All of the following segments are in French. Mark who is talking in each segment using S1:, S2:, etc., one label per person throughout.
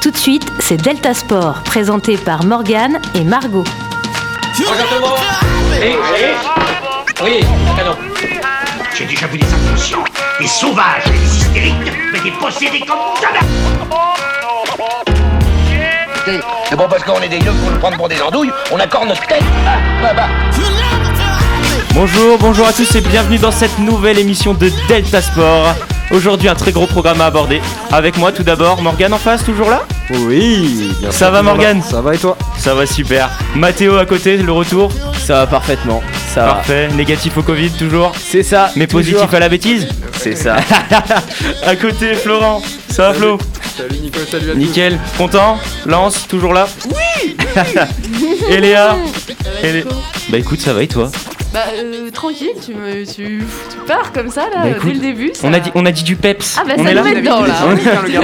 S1: Tout de suite, c'est Delta Sport, présenté par Morgane et Margot.
S2: Bonjour tout le monde. Oui, vous savez Oui, canon.
S3: J'ai déjà vu des inconscients, des sauvages, des hystériques, mais des possédés comme jamais
S4: C'est bon parce qu'on est des yeux pour nous prendre pour des andouilles, on accorde notre tête. Ah, bah, bah.
S5: Bonjour, bonjour à tous et bienvenue dans cette nouvelle émission de Delta Sport. Aujourd'hui, un très gros programme à aborder. Avec moi, tout d'abord, Morgane en face, toujours là
S6: Oui. bien
S5: Ça
S6: sûr,
S5: va,
S6: toujours
S5: Morgane
S6: là. Ça va et toi
S5: Ça va super. Mathéo à côté, le retour
S7: Ça va parfaitement. Ça va.
S5: Parfait. Négatif au Covid, toujours
S7: C'est ça.
S5: mais
S7: toujours.
S5: positif à la bêtise
S7: C'est ça.
S5: À côté, Florent. Ça va, Flo
S6: Salut Nico, salut à
S5: Euh, Nickel. Content Lance, toujours là Oui Et Léa Et Lé- Bah écoute, ça va et toi
S8: Bah euh, tranquille, tu me tu, tu pars comme ça là
S5: Bah,
S8: euh,
S5: écoute,
S8: dès le début. ça-
S5: on a, dit, on a dit du peps.
S8: Ah bah
S5: on
S8: ça
S5: est là
S8: nous met dedans là.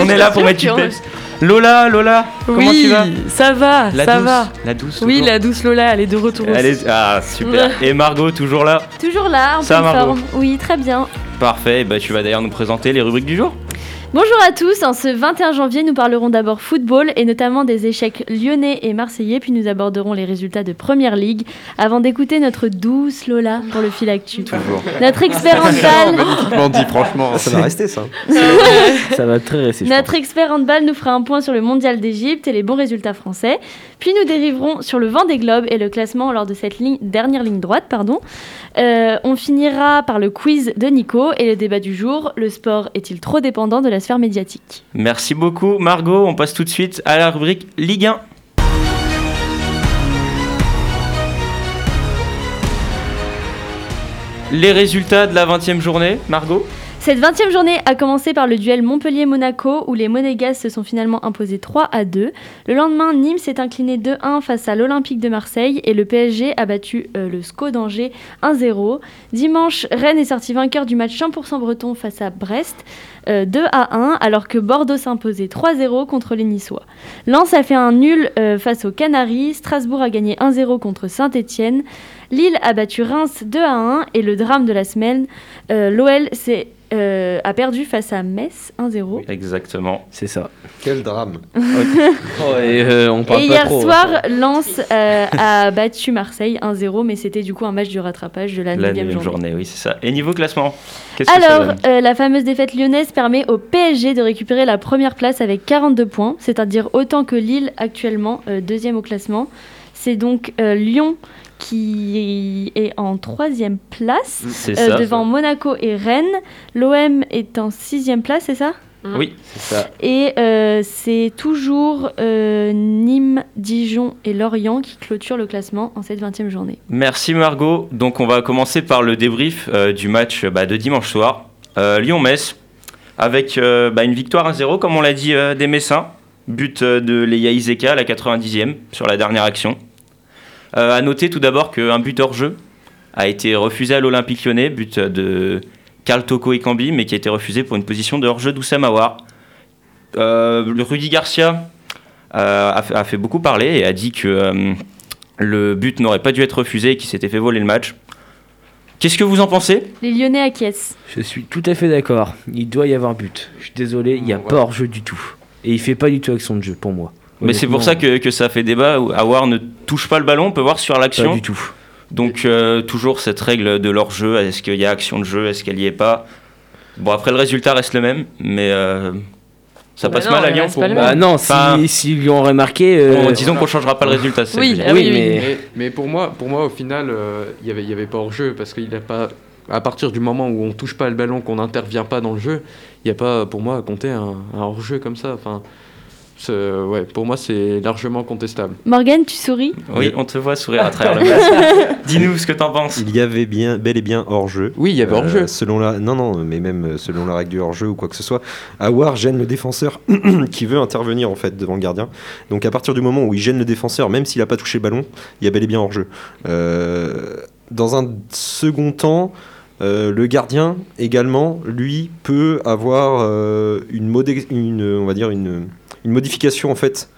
S5: On est là pour mettre du peps. Lola, Lola, comment
S9: oui,
S5: tu vas
S9: ça va,
S5: La
S9: ça
S5: douce,
S9: va.
S5: la douce.
S9: Oui,
S5: toujours.
S9: la douce Lola, elle est de retour.
S5: Elle est- Ah super. Et Margot toujours là.
S10: Toujours là, en
S5: Ça,
S10: pleine
S5: Margot
S10: forme. Oui, très bien.
S5: Parfait. Bah tu vas d'ailleurs nous présenter les rubriques du jour.
S10: Bonjour à tous. En ce 21 janvier, nous parlerons d'abord football et notamment des échecs lyonnais et marseillais, puis nous aborderons les résultats de Première Ligue avant d'écouter notre douce Lola pour le fil actu.
S6: Toujours.
S10: Notre expert en balle.
S6: Magnifiquement dit, franchement. Ça va rester ça.
S7: ça va très rester. je
S10: Notre expert handball nous fera un point sur le mondial d'Égypte et les bons résultats français. Puis nous dériverons sur le vent des globes et le classement lors de cette ligne- dernière ligne droite. Pardon. Euh, on finira par le quiz de Nico et le débat du jour. Le sport est-il trop dépendant de la sphère médiatique
S5: Merci beaucoup Margot. On passe tout de suite à la rubrique Ligue 1. Les résultats de la 20e journée, Margot
S10: Cette 20e journée a commencé par le duel Montpellier-Monaco où les Monégas se sont finalement imposés 3 à 2. Le lendemain, Nîmes s'est incliné 2-1 face à l'Olympique de Marseille et le PSG a battu euh, le SCO d'Angers 1-0. Dimanche, Rennes est sorti vainqueur du match 100% breton face à Brest euh, 2 à 1 alors que Bordeaux s'imposait 3-0 contre les Niçois. Lens a fait un nul euh, face aux Canaries, Strasbourg a gagné 1-0 contre Saint-Étienne. Lille a battu Reims 2 à 1 et le drame de la semaine, euh, l'OL s'est, euh, a perdu face à Metz 1-0.
S5: Exactement.
S7: C'est ça.
S6: Quel drame.
S7: et euh, on parle
S10: Et
S7: pas
S10: hier
S7: trop.
S10: soir, Lens euh, a battu Marseille 1-0, mais c'était du coup un match du rattrapage de la
S5: La
S10: 9
S5: 9
S10: journée.
S5: journée. oui, c'est ça. Et niveau classement qu'est-ce que ça
S10: Alors,
S5: donne
S10: euh, la fameuse défaite lyonnaise permet au PSG de récupérer la première place avec 42 points, c'est-à-dire autant que Lille actuellement, euh, deuxième au classement. C'est donc euh, Lyon qui est en troisième place.
S5: c'est
S10: Euh,
S5: ça.
S10: devant Monaco et Rennes. L'OM est en sixième place, c'est ça
S5: Oui,
S7: C'est ça.
S10: Et euh, c'est toujours euh, Nîmes, Dijon et Lorient qui clôturent le classement en cette 20e journée.
S5: Merci Margot. Donc on va commencer par le débrief euh, du match euh, bah, de dimanche soir. Euh, Lyon-Metz, avec euh, bah, une victoire 1-0, comme on l'a dit euh, des Messins. But euh, de Leia Iseka à la 90e sur la dernière action. Euh, à noter tout d'abord qu'un but hors-jeu a été refusé à l'Olympique lyonnais, but euh, de Karl Toko et Cambi, mais qui a été refusé pour une position de hors-jeu d'Oussam Aouar. Euh, le Rudy Garcia euh, a, fait, a fait beaucoup parler et a dit que. euh, le but n'aurait pas dû être refusé et qui s'était fait voler le match. Qu'est-ce que vous en pensez
S10: Les Lyonnais acquiescent.
S7: Je suis tout à fait d'accord. Il doit y avoir but. Je suis désolé, il n'y a
S6: Ouais.
S7: pas hors jeu du tout. Et il fait pas du tout action de jeu pour moi.
S5: Mais c'est pour ça que, que ça fait débat. où Awar ne touche pas le ballon, on peut voir sur
S7: Pas
S5: l'action.
S7: du tout.
S5: Donc euh, toujours cette règle de leur jeu, est-ce qu'il y a action de jeu, est-ce qu'elle y est pas Bon après le résultat reste le même, mais euh, ça
S9: Bah
S5: passe
S9: non,
S5: mal à
S9: il
S5: Lyon
S9: reste
S5: pour
S9: pas le
S5: moi.
S7: Bah non, si,
S5: Enfin,
S7: si lui on remarqué. euh,
S5: Bon, disons qu'on changera pas le résultat. c'est ça que je
S9: Oui,
S5: veux
S9: ah
S5: dire.
S9: oui,
S7: oui,
S9: oui.
S7: mais
S6: Mais, mais pour, moi, pour moi, au final, euh, il n'y avait, il y avait pas hors-jeu parce qu'il n'a pas. À partir du moment où on touche pas le ballon, qu'on n'intervient pas dans le jeu, il n'y a pas, pour moi, à compter un, un hors-jeu comme ça. Enfin, c'est- ouais, pour moi, c'est largement contestable.
S10: Morgane, tu souris
S5: Oui, on te voit sourire à travers le masque. Dis-nous ce que t'en penses.
S11: Il y avait bien, bel et bien hors-jeu.
S6: Oui, il y avait
S11: Euh,
S6: hors-jeu.
S11: selon la... Non, non, mais même euh, selon la règle du hors-jeu ou quoi que ce soit, Awar gêne le défenseur qui veut intervenir en fait devant le gardien. Donc à partir du moment où il gêne le défenseur, même s'il n'a pas touché le ballon, il y a bel et bien hors-jeu. Euh, dans un second temps, euh, le gardien également, lui, peut avoir euh, une, modé- une, euh, on va dire une, une modification en fait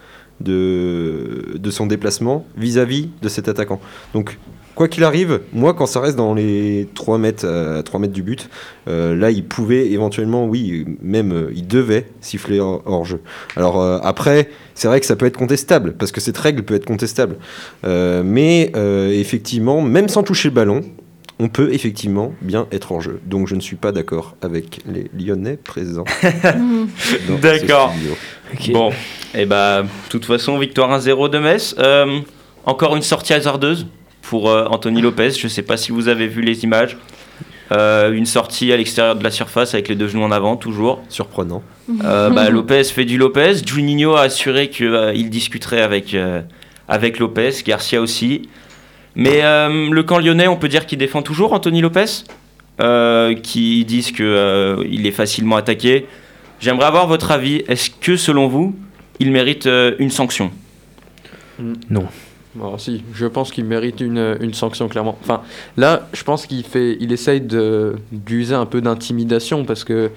S11: de, de son déplacement vis-à-vis de cet attaquant. Donc, quoi qu'il arrive, moi, quand ça reste dans les 3 mètres, à 3 mètres du but, euh, là, il pouvait éventuellement, oui, même, euh, il devait siffler hors, hors jeu. Alors, euh, après, c'est vrai que ça peut être contestable, parce que cette règle peut être contestable. Euh, mais, euh, effectivement, même sans toucher le ballon, on peut effectivement bien être hors jeu. Donc, je ne suis pas d'accord avec les Lyonnais présents. dans ce
S5: D'accord.
S11: studio.
S5: Bon, et bah, de toute façon, victoire 1-0 de Metz. Euh, encore une sortie hasardeuse pour euh, Anthony Lopez. Je sais pas si vous avez vu les images. Euh, une sortie à l'extérieur de la surface avec les deux genoux en avant, toujours.
S11: Surprenant.
S5: Euh, bah, Lopez fait du Lopez. Juninho a assuré qu'il discuterait avec, euh, avec Lopez, Garcia aussi. Mais euh, le camp lyonnais, on peut dire qu'il défend toujours Anthony Lopez, euh, qui disent qu'il est facilement attaqué. J'aimerais avoir votre avis. Est-ce que, selon vous, il mérite euh, une sanction
S7: Non.
S6: Alors si, je pense qu'il mérite une, une sanction clairement. Enfin, là, je pense qu'il fait, il essaye de d'user un peu d'intimidation parce que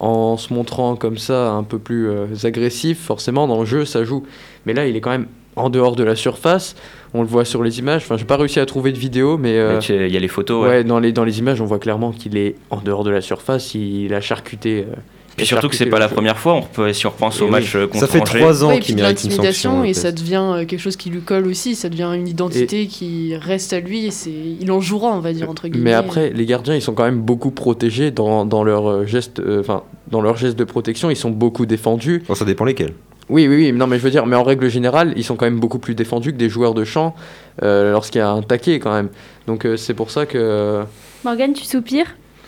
S6: en se montrant comme ça un peu plus euh, agressif, forcément dans le jeu ça joue. Mais là, il est quand même en dehors de la surface. On le voit sur les images. Enfin, j'ai pas réussi à trouver de vidéo, mais euh,
S5: Mais tu- Il y a les photos.
S6: ouais,
S5: ouais.
S6: dans les dans les images, on voit clairement qu'il est en dehors de la surface. Il, a charcuté. euh, il
S5: Et
S6: a
S5: surtout que c'est
S6: charcuté
S5: pas
S6: le
S5: la
S6: jeu.
S5: première fois. On peut, si on repense
S6: Et
S5: au
S6: oui.
S5: match euh, contre
S11: Ça fait
S5: Angers.
S11: trois ans
S8: Ouais, et
S11: qu'il
S8: puis de
S11: mérite une sanction.
S8: l'intimidation et
S11: Lopez.
S8: ça devient euh, quelque chose qui lui colle aussi, ça devient une identité qui reste à lui et c'est il en jouera on va dire entre guillemets. hein.
S6: Mais après, les gardiens, ils sont quand même beaucoup protégés dans, dans leurs euh, gestes, euh, enfin, dans leurs gestes de protection. Ils sont beaucoup défendus.
S11: Bon, ça dépend lesquels.
S6: Oui, oui, oui. Non, mais je veux dire, mais en règle générale, ils sont quand même beaucoup plus défendus que des joueurs de champ euh, lorsqu'il y a un taquet, quand même. Donc euh, c'est pour ça que, euh,
S10: Morgane, tu soupires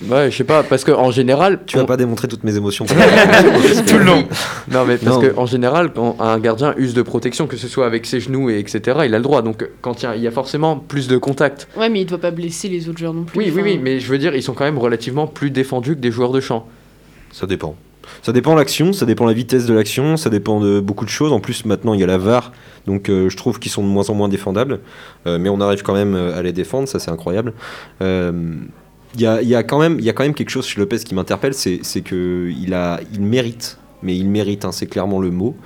S6: ouais, je sais pas, parce que en général,
S11: Tu vas pas démontrer toutes mes émotions.
S5: Tout le long.
S6: Non, mais parce
S11: Non.
S6: que en général, quand un gardien use de protection, que ce soit avec ses genoux et etc., il a le droit. Donc quand il y a- il y, a forcément plus de contact.
S8: Ouais, mais il doit pas blesser les autres joueurs non plus.
S6: Oui, oui,
S8: enfin.
S6: oui. Mais je veux dire, ils sont quand même relativement plus défendus que des joueurs de champ.
S11: Ça dépend. Ça dépend l'action, ça dépend la vitesse de l'action, ça dépend de beaucoup de choses. En plus, maintenant, il y a la VAR, donc euh, je trouve qu'ils sont de moins en moins défendables. Euh, mais on arrive quand même euh, à les défendre, ça c'est incroyable. Euh, Il y, a, il y a quand même, il y a quand même quelque chose chez Lopez qui m'interpelle, c'est c'est que il a, il mérite, mais il mérite, hein, c'est clairement le mot,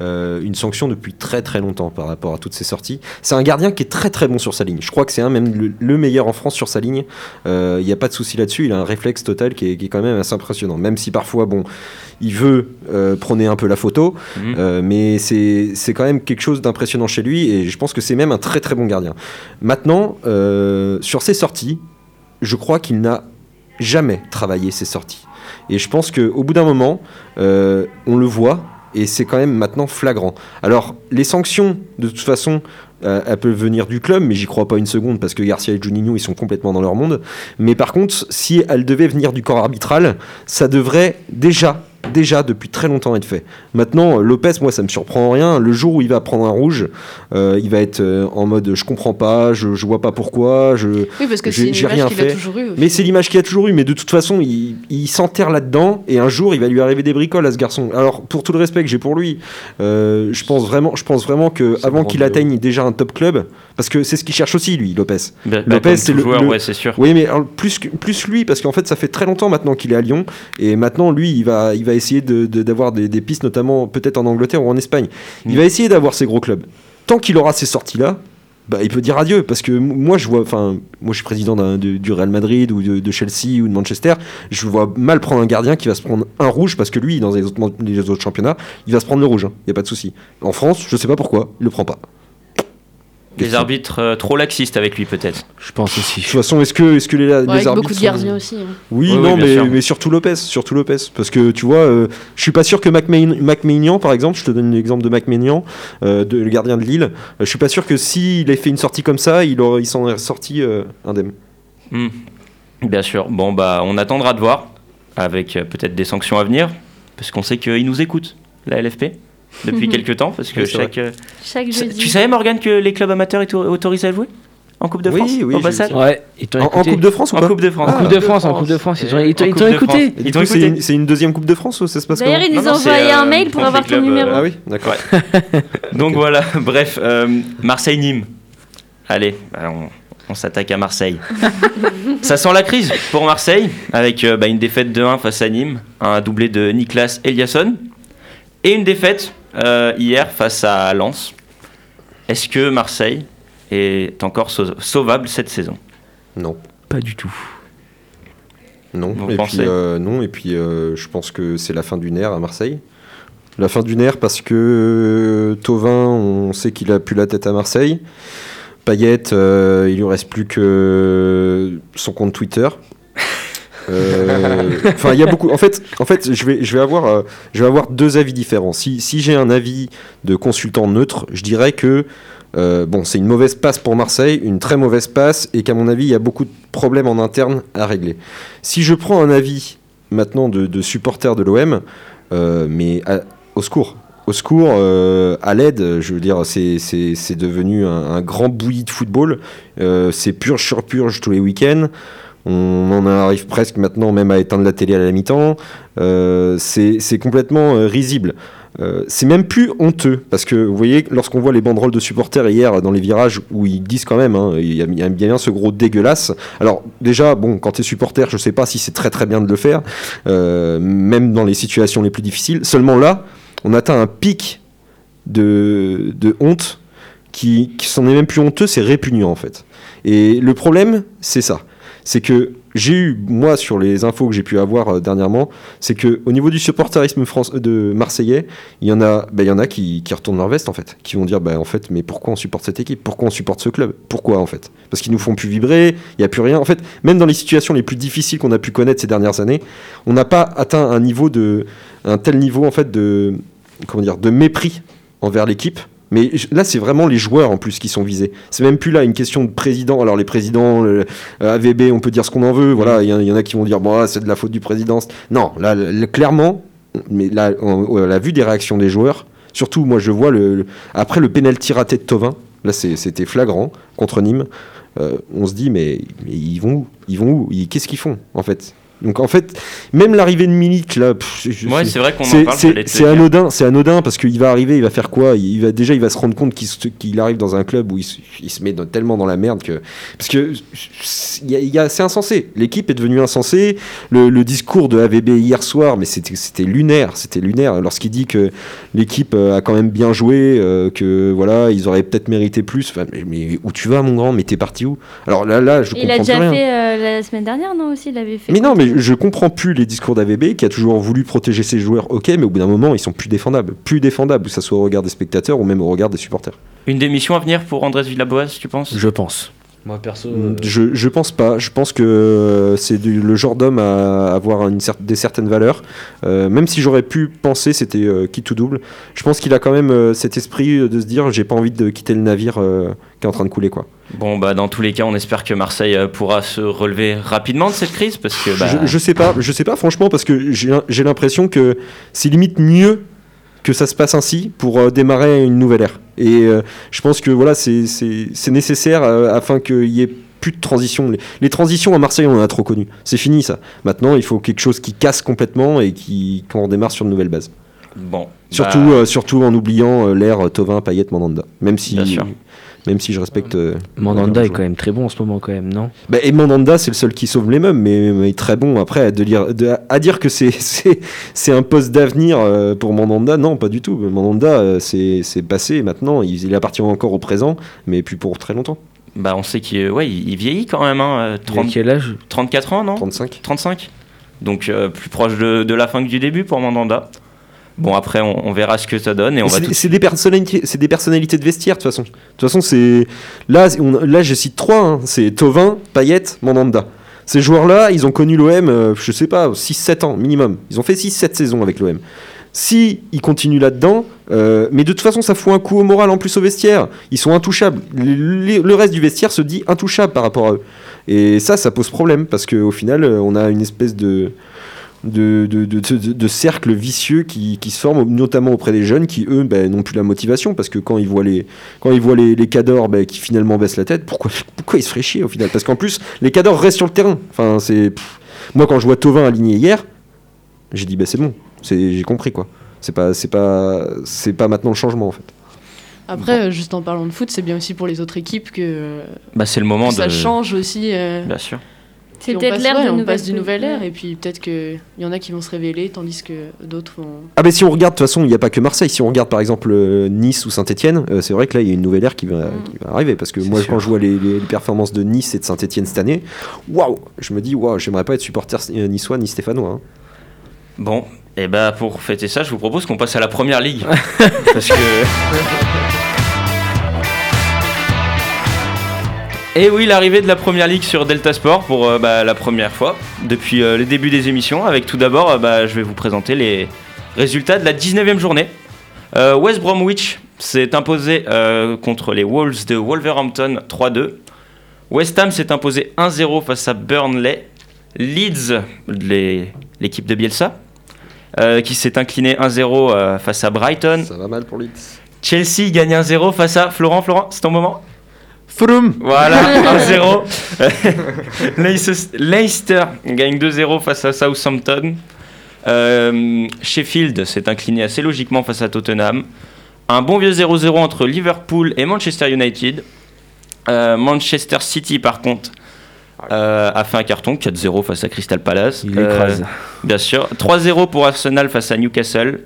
S11: euh, une sanction depuis très très longtemps par rapport à toutes ses sorties. C'est un gardien qui est très très bon sur sa ligne. Je crois que c'est un même le, le meilleur en France sur sa ligne. Euh, Il n'y a pas de souci là-dessus. Il a un réflexe total qui est, qui est quand même assez impressionnant. Même si parfois, bon, il veut euh, prôner un peu la photo,
S5: Mhm.
S11: euh, mais c'est c'est quand même quelque chose d'impressionnant chez lui. Et je pense que c'est même un très très bon gardien. Maintenant, euh, sur ses sorties, je crois qu'il n'a jamais travaillé ses sorties. Et je pense qu'au bout d'un moment, euh, on le voit. Et c'est quand même maintenant flagrant. Alors, les sanctions, de toute façon, euh, elles peuvent venir du club, mais j'y crois pas une seconde parce que Garcia et Juninho, ils sont complètement dans leur monde. Mais par contre, si elles devaient venir du corps arbitral, ça devrait déjà, déjà depuis très longtemps être fait. Maintenant, euh, Lopez, moi, ça me surprend en rien. Le jour où il va prendre un rouge, euh, il va être euh, en mode je comprends pas, je, je vois pas pourquoi, je.
S8: Oui, parce que
S11: J'ai-
S8: c'est une
S11: j'ai
S8: image
S11: rien
S8: qu'il a
S11: fait.
S8: toujours eu.
S11: Mais c'est l'image qu'il a toujours eue, mais de toute façon, il, il s'enterre là-dedans, et un jour, il va lui arriver des bricoles à ce garçon. Alors, pour tout le respect que j'ai pour lui, euh, je pense vraiment, je pense vraiment que
S6: C'est
S11: avant qu'il
S6: grandiose.
S11: atteigne déjà un top club, parce que c'est ce qu'il cherche aussi, lui, Lopez.
S5: Bah,
S11: Lopez,
S5: comme
S11: c'est
S5: tout
S11: le-
S5: joueur,
S11: le-
S5: ouais, c'est sûr.
S11: Oui, mais alors, plus, que- plus lui, parce qu'en fait, ça fait très longtemps maintenant qu'il est à Lyon, et maintenant, lui, il va, il va essayer de- de- d'avoir des, des pistes, notamment peut-être en Angleterre ou en Espagne. Il
S5: Mm.
S11: va essayer d'avoir ces gros clubs. Tant qu'il aura ces sorties-là, bah, il peut dire adieu, parce que m- moi, je vois, enfin, moi, je suis président d'un- de- du Real Madrid ou de, de Chelsea ou de Manchester, je vois mal prendre un gardien qui va se prendre un rouge, parce que lui, dans les autres, man- les autres championnats, il va se prendre le rouge, il n'y a pas de souci. En France, je sais pas pourquoi, il le prend pas.
S5: Les arbitres euh, trop laxistes avec lui, peut-être.
S7: Je pense
S11: De
S7: aussi.
S11: toute façon, est-ce que, est-ce que les, les
S8: Ouais, avec
S11: arbitres
S8: beaucoup de
S11: sont-
S8: gardiens aussi. hein.
S11: Oui,
S5: Oui, oui,
S11: non,
S5: bien sûr.
S11: mais, mais surtout Lopez, surtout Lopez, parce que tu vois, euh, je suis pas sûr que McMahon- McMahonian, par exemple, je te donne l'exemple de McMahonian, euh, de, le gardien de Lille, euh, je suis pas sûr que s'il ait fait une sortie comme ça, il, aurait- il s'en est ressorti euh, indemne.
S5: Hmm. Bien sûr. Bon, bah, on attendra de voir, avec euh, peut-être des sanctions à venir, parce qu'on sait qu'ils nous écoutent, la LFP, depuis
S7: Mhm.
S5: quelques temps, parce que
S11: Oui, c'est
S5: chaque. euh,
S10: Chaque
S5: Sa-
S10: jeudi.
S5: Tu savais, Morgane, que les clubs amateurs étaient autorisés à jouer en Coupe de
S11: Oui,
S5: France
S11: oui,
S5: au
S11: j'ai
S5: Bassal
S11: vu
S7: Ouais, ils t'ont
S11: En, en
S7: écouté.
S11: Coupe de France ou
S5: En
S11: pas
S5: Coupe de France.
S7: En Coupe de France, en Coupe de France, ils ont- ils t'ont
S5: En
S7: ils
S5: Coupe
S7: t'ont
S5: de France.
S7: écouté.
S11: Et
S5: Ils
S11: du
S5: t'ont
S11: coup, c'est
S5: écouté.
S11: une, c'est une deuxième Coupe de France ou ça se passe
S10: D'ailleurs,
S11: comment
S10: ils
S5: Non,
S10: nous
S5: non,
S10: ont
S5: c'est,
S10: envoyé
S5: euh,
S10: un mail pour
S5: contre
S10: avoir
S5: les
S10: ton
S5: clubs,
S10: numéro.
S5: euh,
S11: Ah oui, d'accord.
S5: Donc
S11: Ok.
S5: voilà, bref, euh, Marseille-Nîmes. Allez, bah, on, on s'attaque à Marseille. Ça sent la crise pour Marseille, avec euh, bah, une défaite de 1 face à Nîmes, un doublé de Niklas Eliasson, et une défaite euh, hier face à Lens. Est-ce que Marseille est encore sau- sauvable cette saison
S11: Non.
S7: Pas du tout.
S11: Non.
S5: Vous
S11: et puis,
S5: pensez
S11: euh, non, et puis euh, je pense que c'est la fin d'une ère à Marseille. La fin d'une ère parce que Tovin, on sait qu'il a plus la tête à Marseille. Payette, euh, il lui reste plus que son compte Twitter. Euh, Enfin, il y a beaucoup. En fait, en fait, je vais, je vais avoir, euh, je vais avoir deux avis différents. Si, si j'ai un avis de consultant neutre, je dirais que euh, bon, c'est une mauvaise passe pour Marseille, une très mauvaise passe, et qu'à mon avis, il y a beaucoup de problèmes en interne à régler. Si je prends un avis maintenant de, de supporter de l'OM, euh, mais à- au secours. Au secours, euh, à l'aide, je veux dire, c'est- c'est c'est devenu un, un grand bouilli de football. Euh, c'est purge sur purge tous les week-ends. On en arrive presque maintenant même à éteindre la télé à la mi-temps. Euh, c'est c'est complètement euh, risible. Euh, c'est même plus honteux parce que vous voyez, lorsqu'on voit les banderoles de supporters hier dans les virages où ils disent quand même, hein, il y a- il y a bien ce gros dégueulasse. Alors, déjà, bon, quand t'es supporter, je sais pas si c'est très très bien de le faire, euh, même dans les situations les plus difficiles. Seulement là, on atteint un pic de, de honte qui, qui s'en est même plus honteux, c'est répugnant en fait. Et le problème, c'est ça. C'est que j'ai eu, moi, sur les infos que j'ai pu avoir euh, dernièrement, c'est que au niveau du supporterisme France, euh, de marseillais, il y en a, ben, il y en a qui, qui retournent leur veste en fait, qui vont dire, ben, en fait, mais pourquoi on supporte cette équipe Pourquoi on supporte ce club Pourquoi en fait Parce qu'ils nous font plus vibrer, il n'y a plus rien. En fait, même dans les situations les plus difficiles qu'on a pu connaître ces dernières années, on n'a pas atteint un niveau de, un tel niveau en fait de, comment dire, de mépris envers l'équipe. Mais j- là, c'est vraiment les joueurs en plus qui sont visés. C'est même plus là une question de président. Alors les présidents, le- euh, AVB, on peut dire ce qu'on en veut. Voilà, il y, en- il y en a qui vont dire bon, ah, c'est de la faute du président. Non, là, le- clairement, mais là, en- à la vue des réactions des joueurs, surtout moi, je vois le, le- après le penalty raté de Tovin. Là, c'est- c'était flagrant contre Nîmes. Euh, on se dit mais, mais ils vont où Ils vont où Ils- Qu'est-ce qu'ils font en fait donc en fait, même l'arrivée de Milik là, pff, je-
S5: Ouais, c'est vrai qu'on en parle,
S11: c'est-
S5: j'allais te
S11: C'est
S5: le dire.
S11: anodin, c'est anodin parce qu'il va arriver, il va faire quoi il va déjà, il va se rendre compte qu'il se- qu'il arrive dans un club où il se, il se met dans- tellement dans la merde que parce que il y a- il y a- c'est insensé. L'équipe est devenue insensée. Le, le discours de AVB hier soir, mais c'était c'était lunaire, c'était lunaire. Lorsqu'il dit que l'équipe euh, a quand même bien joué, euh, que voilà, ils auraient peut-être mérité plus. Enfin, mais, mais où tu vas, mon grand Mais t'es parti où Alors là, là, je
S10: Il
S11: comprends
S10: l'a
S11: plus
S10: déjà
S11: rien.
S10: fait euh, la semaine dernière, non aussi Il l'avait fait.
S11: Mais non, mais je comprends plus les discours d'AVB qui a toujours voulu protéger ses joueurs, ok, mais au bout d'un moment, ils sont plus défendables. Plus défendables, que ce soit au regard des spectateurs ou même au regard des supporters.
S5: Une démission à venir pour Andrés Villaboas, tu penses
S7: Je pense.
S6: Moi perso. euh,
S11: Je, je pense pas. Je pense que euh, c'est du- le genre d'homme à avoir une cer- des certaines valeurs. Euh, même si j'aurais pu penser c'était euh, quitte ou double, je pense qu'il a quand même euh, cet esprit de se dire j'ai pas envie de quitter le navire euh, qui est en train de couler, quoi.
S5: Bon, bah dans tous les cas, on espère que Marseille euh, pourra se relever rapidement de cette crise parce que. Bah,
S11: Je, je sais pas, je sais pas franchement parce que j'ai j'ai l'impression que c'est limite mieux que ça se passe ainsi pour euh, démarrer une nouvelle ère. Et euh, je pense que voilà, c'est- c'est c'est nécessaire euh, afin qu'il y ait plus de transition. Les, les transitions à Marseille, on en a trop connu. C'est fini ça. Maintenant, il faut quelque chose qui casse complètement et qui qu'on redémarre sur une nouvelle base.
S5: Bon.
S11: Surtout,
S5: bah,
S11: euh, surtout en oubliant euh, l'ère Tovin, Payet, Mandanda. Même si,
S5: Bien sûr.
S11: même si je respecte. euh,
S7: Mandanda est quand même très bon en ce moment, quand même, non
S11: bah, et Mandanda, c'est le seul qui sauve les mêmes, mais, mais très bon. Après, de lire, de- à dire que c'est- c'est c'est un poste d'avenir euh, pour Mandanda, non, pas du tout. Mandanda, euh, c'est c'est passé maintenant. Il, il appartient encore au présent, mais plus pour très longtemps.
S5: bah, on sait qu'il ouais, il il vieillit quand même. Hein, euh, 30
S7: quel âge
S5: 34 ans, non
S11: 35.
S5: 35. Donc euh, plus proche de, de la fin que du début pour Mandanda. Bon, après, on, on verra ce que ça donne et on
S11: Mais
S5: va
S11: C'est
S5: tout-
S11: des- c'est des, personnalités- c'est des personnalités de vestiaire, de toute façon. De toute façon, c'est. Là, c'est- on- là, je cite trois hein. c'est Tovin, Payet, Mandanda. Ces joueurs-là, ils ont connu l'OM, euh, je sais pas, 6-7 ans minimum. Ils ont fait 6-7 saisons avec l'OM. Si ils continuent là-dedans, euh, mais de toute façon, ça fout un coup au moral en plus au vestiaire. Ils sont intouchables. Le, le- le reste du vestiaire se dit intouchable par rapport à eux. Et ça, ça pose problème parce qu'au final, euh, on a une espèce de de, de, de, de- de cercles vicieux qui, qui se forment, notamment auprès des jeunes qui, eux, ben, n'ont plus la motivation parce que quand ils voient les, quand ils voient les, les cadors ben, qui finalement baissent la tête, pourquoi, pourquoi ils se feraient chier au final Parce qu'en plus, les cadors restent sur le terrain. Enfin, c'est, pff. moi, quand je vois Tovin aligné hier, j'ai dit, ben, c'est bon, c'est, j'ai compris quoi. C'est pas, c'est, pas, c'est pas maintenant le changement en fait.
S8: Après, euh, juste en parlant de foot, c'est bien aussi pour les autres équipes que, euh,
S5: Bah, c'est le moment
S8: que ça
S5: de.
S8: change aussi. euh,
S5: Bien sûr.
S10: C'est
S8: Et on
S10: peut-être
S8: passe-
S10: l'ère
S8: ouais,
S10: d'une
S8: On
S10: nouvelle
S8: passe d'une
S10: politique.
S8: nouvelle ère, et puis peut-être qu'il y en a qui vont se révéler, tandis que d'autres vont.
S11: Ah ben si on regarde, de toute façon, il n'y a pas que Marseille. Si on regarde par exemple euh, Nice ou Saint-Etienne, c'est vrai que là, il y a une nouvelle ère qui va,
S6: Mm.
S11: qui va arriver. Parce que moi, quand je vois les, les performances de Nice et de Saint-Etienne cette année, waouh, je me dis, waouh, j'aimerais pas être supporter euh, niçois ni stéphanois. hein.
S5: Bon, et bah pour fêter ça, je vous propose qu'on passe à la première ligue. Parce que. Et oui, l'arrivée de la première ligue sur Delta Sport pour euh, bah, la première fois depuis euh, le début des émissions. Avec tout d'abord, euh, bah, je vais vous présenter les résultats de la 19e journée. Euh, West Bromwich s'est imposé euh, contre les Wolves de Wolverhampton 3-2. West Ham s'est imposé 1-0 face à Burnley. Leeds, les- l'équipe de Bielsa, euh, qui s'est incliné 1-0 euh, face à Brighton.
S11: Ça va mal pour Leeds.
S5: Chelsea gagne 1-0 face à Florent. Florent, c'est ton moment
S6: Froome
S5: Voilà, 1-0. Leices- Leicester gagne 2-0 face à Southampton. Euh, Sheffield s'est incliné assez logiquement face à Tottenham. Un bon vieux 0-0 entre Liverpool et Manchester United. Euh, Manchester City, par contre, euh, a fait un carton 4-0 face à Crystal Palace. Euh,
S7: Il l'écrase.
S5: bien sûr. 3-0 pour Arsenal face à Newcastle.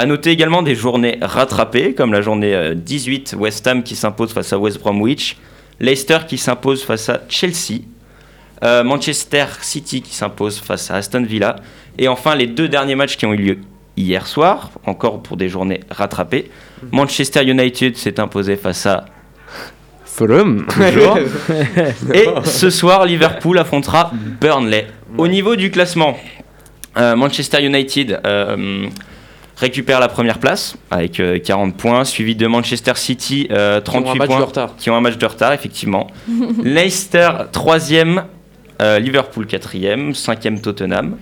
S5: À noter également des journées rattrapées, comme la journée euh, 18, West Ham qui s'impose face à West Bromwich, Leicester qui s'impose face à Chelsea, euh, Manchester City qui s'impose face à Aston Villa, et enfin les deux derniers matchs qui ont eu lieu hier soir, encore pour des journées rattrapées. Manchester United s'est imposé face à
S6: Fulham
S5: toujours. Et ce soir, Liverpool affrontera Burnley. Au niveau du classement, euh, Manchester United euh, récupère la première place avec euh, 40 points, suivi de Manchester City euh,
S6: Qui ont un
S5: 38
S6: match
S5: points,
S6: de retard.
S5: qui ont un match de retard effectivement. Leicester 3e, euh, Liverpool 4e, 5e Tottenham.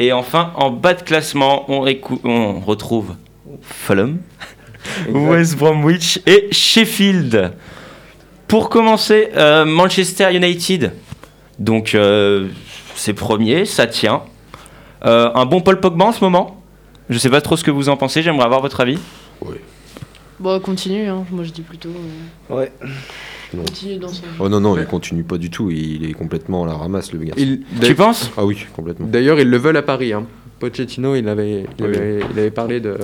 S5: Et enfin, en bas de classement, on, récou- on retrouve Fulham, West Bromwich et Sheffield. Pour commencer, euh, Manchester United. Donc, euh, c'est premier, ça tient. Euh, un bon Paul Pogba en ce moment. Je sais pas trop ce que vous en pensez, j'aimerais avoir votre avis.
S8: Bon, continue, hein. moi je dis plutôt. euh,
S7: Ouais.
S11: Non.
S8: Continue dans son.
S11: Oh non, non, il continue pas du tout. Il est complètement à la ramasse, le gars.
S6: Il-
S5: Tu penses
S11: Ah oui, complètement.
S6: D'ailleurs, ils le veulent à Paris. hein. Pochettino, il avait, il
S11: Ah Oui.
S6: avait, il avait parlé de,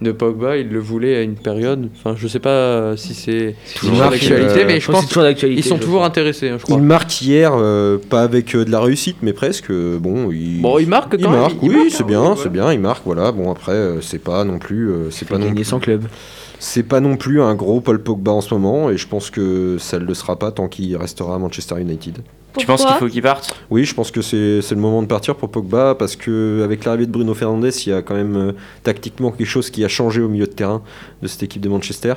S6: de Pogba, il le voulait à une période. Enfin, je sais pas si c'est
S11: toujours
S6: toujours
S11: d'actualité,
S6: d'actualité,
S11: euh,
S6: mais je
S7: ouais,
S6: pense
S7: c'est toujours d'actualité,
S6: Ils sont
S7: je
S6: toujours
S7: crois.
S6: intéressés, hein, je crois.
S11: Il marque hier, euh, pas avec euh, de la réussite, mais presque. euh, bon, il,
S6: Bon, il marque quand
S11: il
S6: même,
S11: marque,
S6: il- il
S11: oui,
S6: marque,
S11: c'est
S6: hein,
S11: bien,
S6: ouais.
S11: c'est bien, il marque. Voilà. Bon, après, euh, c'est pas non plus, euh, c'est pas non,
S7: Gagner sans club.
S11: c'est pas non plus un gros Paul Pogba en ce moment, et je pense que ça ne le sera pas tant qu'il restera à Manchester United.
S5: tu penses qu'il
S10: Pourquoi
S5: faut qu'il parte
S11: Oui, je pense que c'est c'est le moment de partir pour Pogba parce que avec l'arrivée de Bruno Fernandes, il y a quand même euh, tactiquement quelque chose qui a changé au milieu de terrain de cette équipe de Manchester.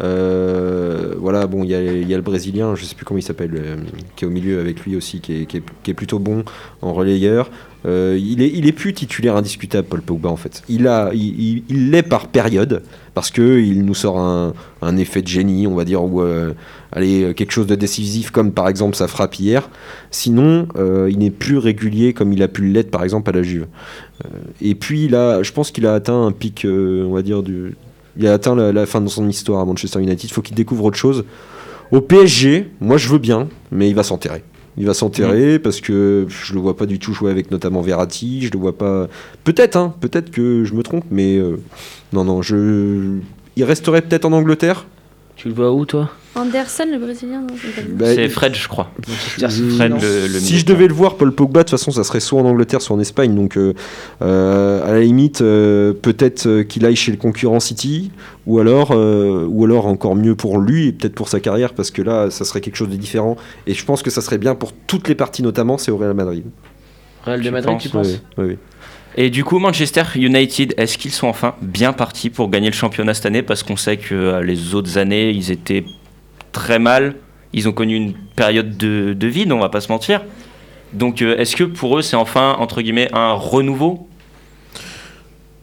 S11: Euh, voilà, bon, il y, a, il y a le Brésilien, je sais plus comment il s'appelle, euh, qui est au milieu avec lui aussi, qui est, qui est- qui est plutôt bon en relayeur. Euh, il, est, il est plus titulaire indiscutable, Paul Pogba, en fait. Il a, il, il- il l'est par période parce que il nous sort un, un effet de génie, on va dire, ou euh, allez, euh, quelque chose de décisif comme par exemple sa frappe hier. Sinon, euh, il n'est plus régulier comme il a pu l'être par exemple à la Juve. Euh, et puis là, je pense qu'il a atteint un pic, euh, on va dire, du... il a atteint la, la fin de son histoire à Manchester United. Il faut qu'il découvre autre chose. Au PSG, moi je veux bien, mais il va s'enterrer. Il va s'enterrer parce que je le vois pas du tout jouer avec notamment Verratti. Je le vois pas. Peut-être, hein, peut-être que je me trompe, mais euh, non, non, je. Il resterait peut-être en Angleterre.
S7: Tu le vois où, toi
S10: Anderson, le Brésilien. non, c'est pas lui.
S11: Bah,
S5: C'est
S11: il-
S5: Fred, je crois.
S11: Hum,
S5: Fred, le, le
S11: si je
S5: milieu.
S11: devais le voir, Paul Pogba, de toute façon, ça serait soit en Angleterre, soit en Espagne. Donc, euh, euh, à la limite, euh, peut-être euh, qu'il aille chez le concurrent City, ou alors, euh, ou alors encore mieux pour lui et peut-être pour sa carrière, parce que là, ça serait quelque chose de différent. Et je pense que ça serait bien pour toutes les parties, notamment, c'est au Real Madrid.
S7: Real de
S5: Tu
S7: Madrid,
S5: penses,
S7: tu penses
S11: Ouais, ouais, ouais.
S5: Et du coup, Manchester United, est-ce qu'ils sont enfin bien partis pour gagner le championnat cette année Parce qu'on sait que euh, les autres années, ils étaient très mal. Ils ont connu une période de, de vide, on va pas se mentir. Donc, euh, est-ce que pour eux, c'est enfin, entre guillemets, un renouveau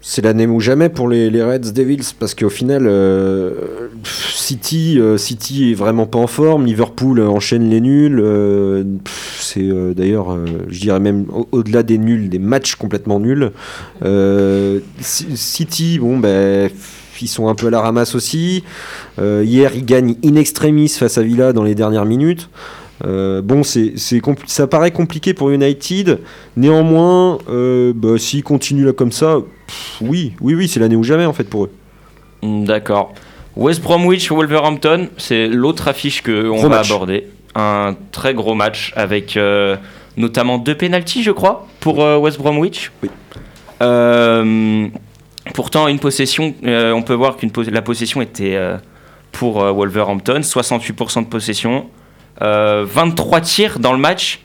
S11: C'est l'année ou jamais pour les, les Reds Devils parce qu'au final, euh, pff, City, euh, City est vraiment pas en forme. Liverpool euh, enchaîne les nuls. euh, pff, c'est euh, d'ailleurs, euh, je dirais même au- au-delà des nuls, des matchs complètement nuls. Euh, C- City, bon ben. pff, Ils sont un peu à la ramasse aussi. Euh, hier, ils gagnent in extremis face à Villa dans les dernières minutes. Euh, bon, c'est, c'est compli- ça paraît compliqué pour United. Néanmoins, euh, bah, s'ils continuent là comme ça, pff, oui, oui, oui, c'est l'année ou jamais en fait pour eux.
S5: Mm, D'accord. West Bromwich Wolverhampton, c'est l'autre affiche que on
S11: Gros
S5: va
S11: match.
S5: aborder. Un très gros match avec euh, notamment deux pénalties, je crois, pour euh, West Bromwich.
S11: Oui.
S5: Euh, pourtant, une possession, euh, on peut voir que la possession était euh, pour euh, Wolverhampton, 68% de possession, euh, 23 tirs dans le match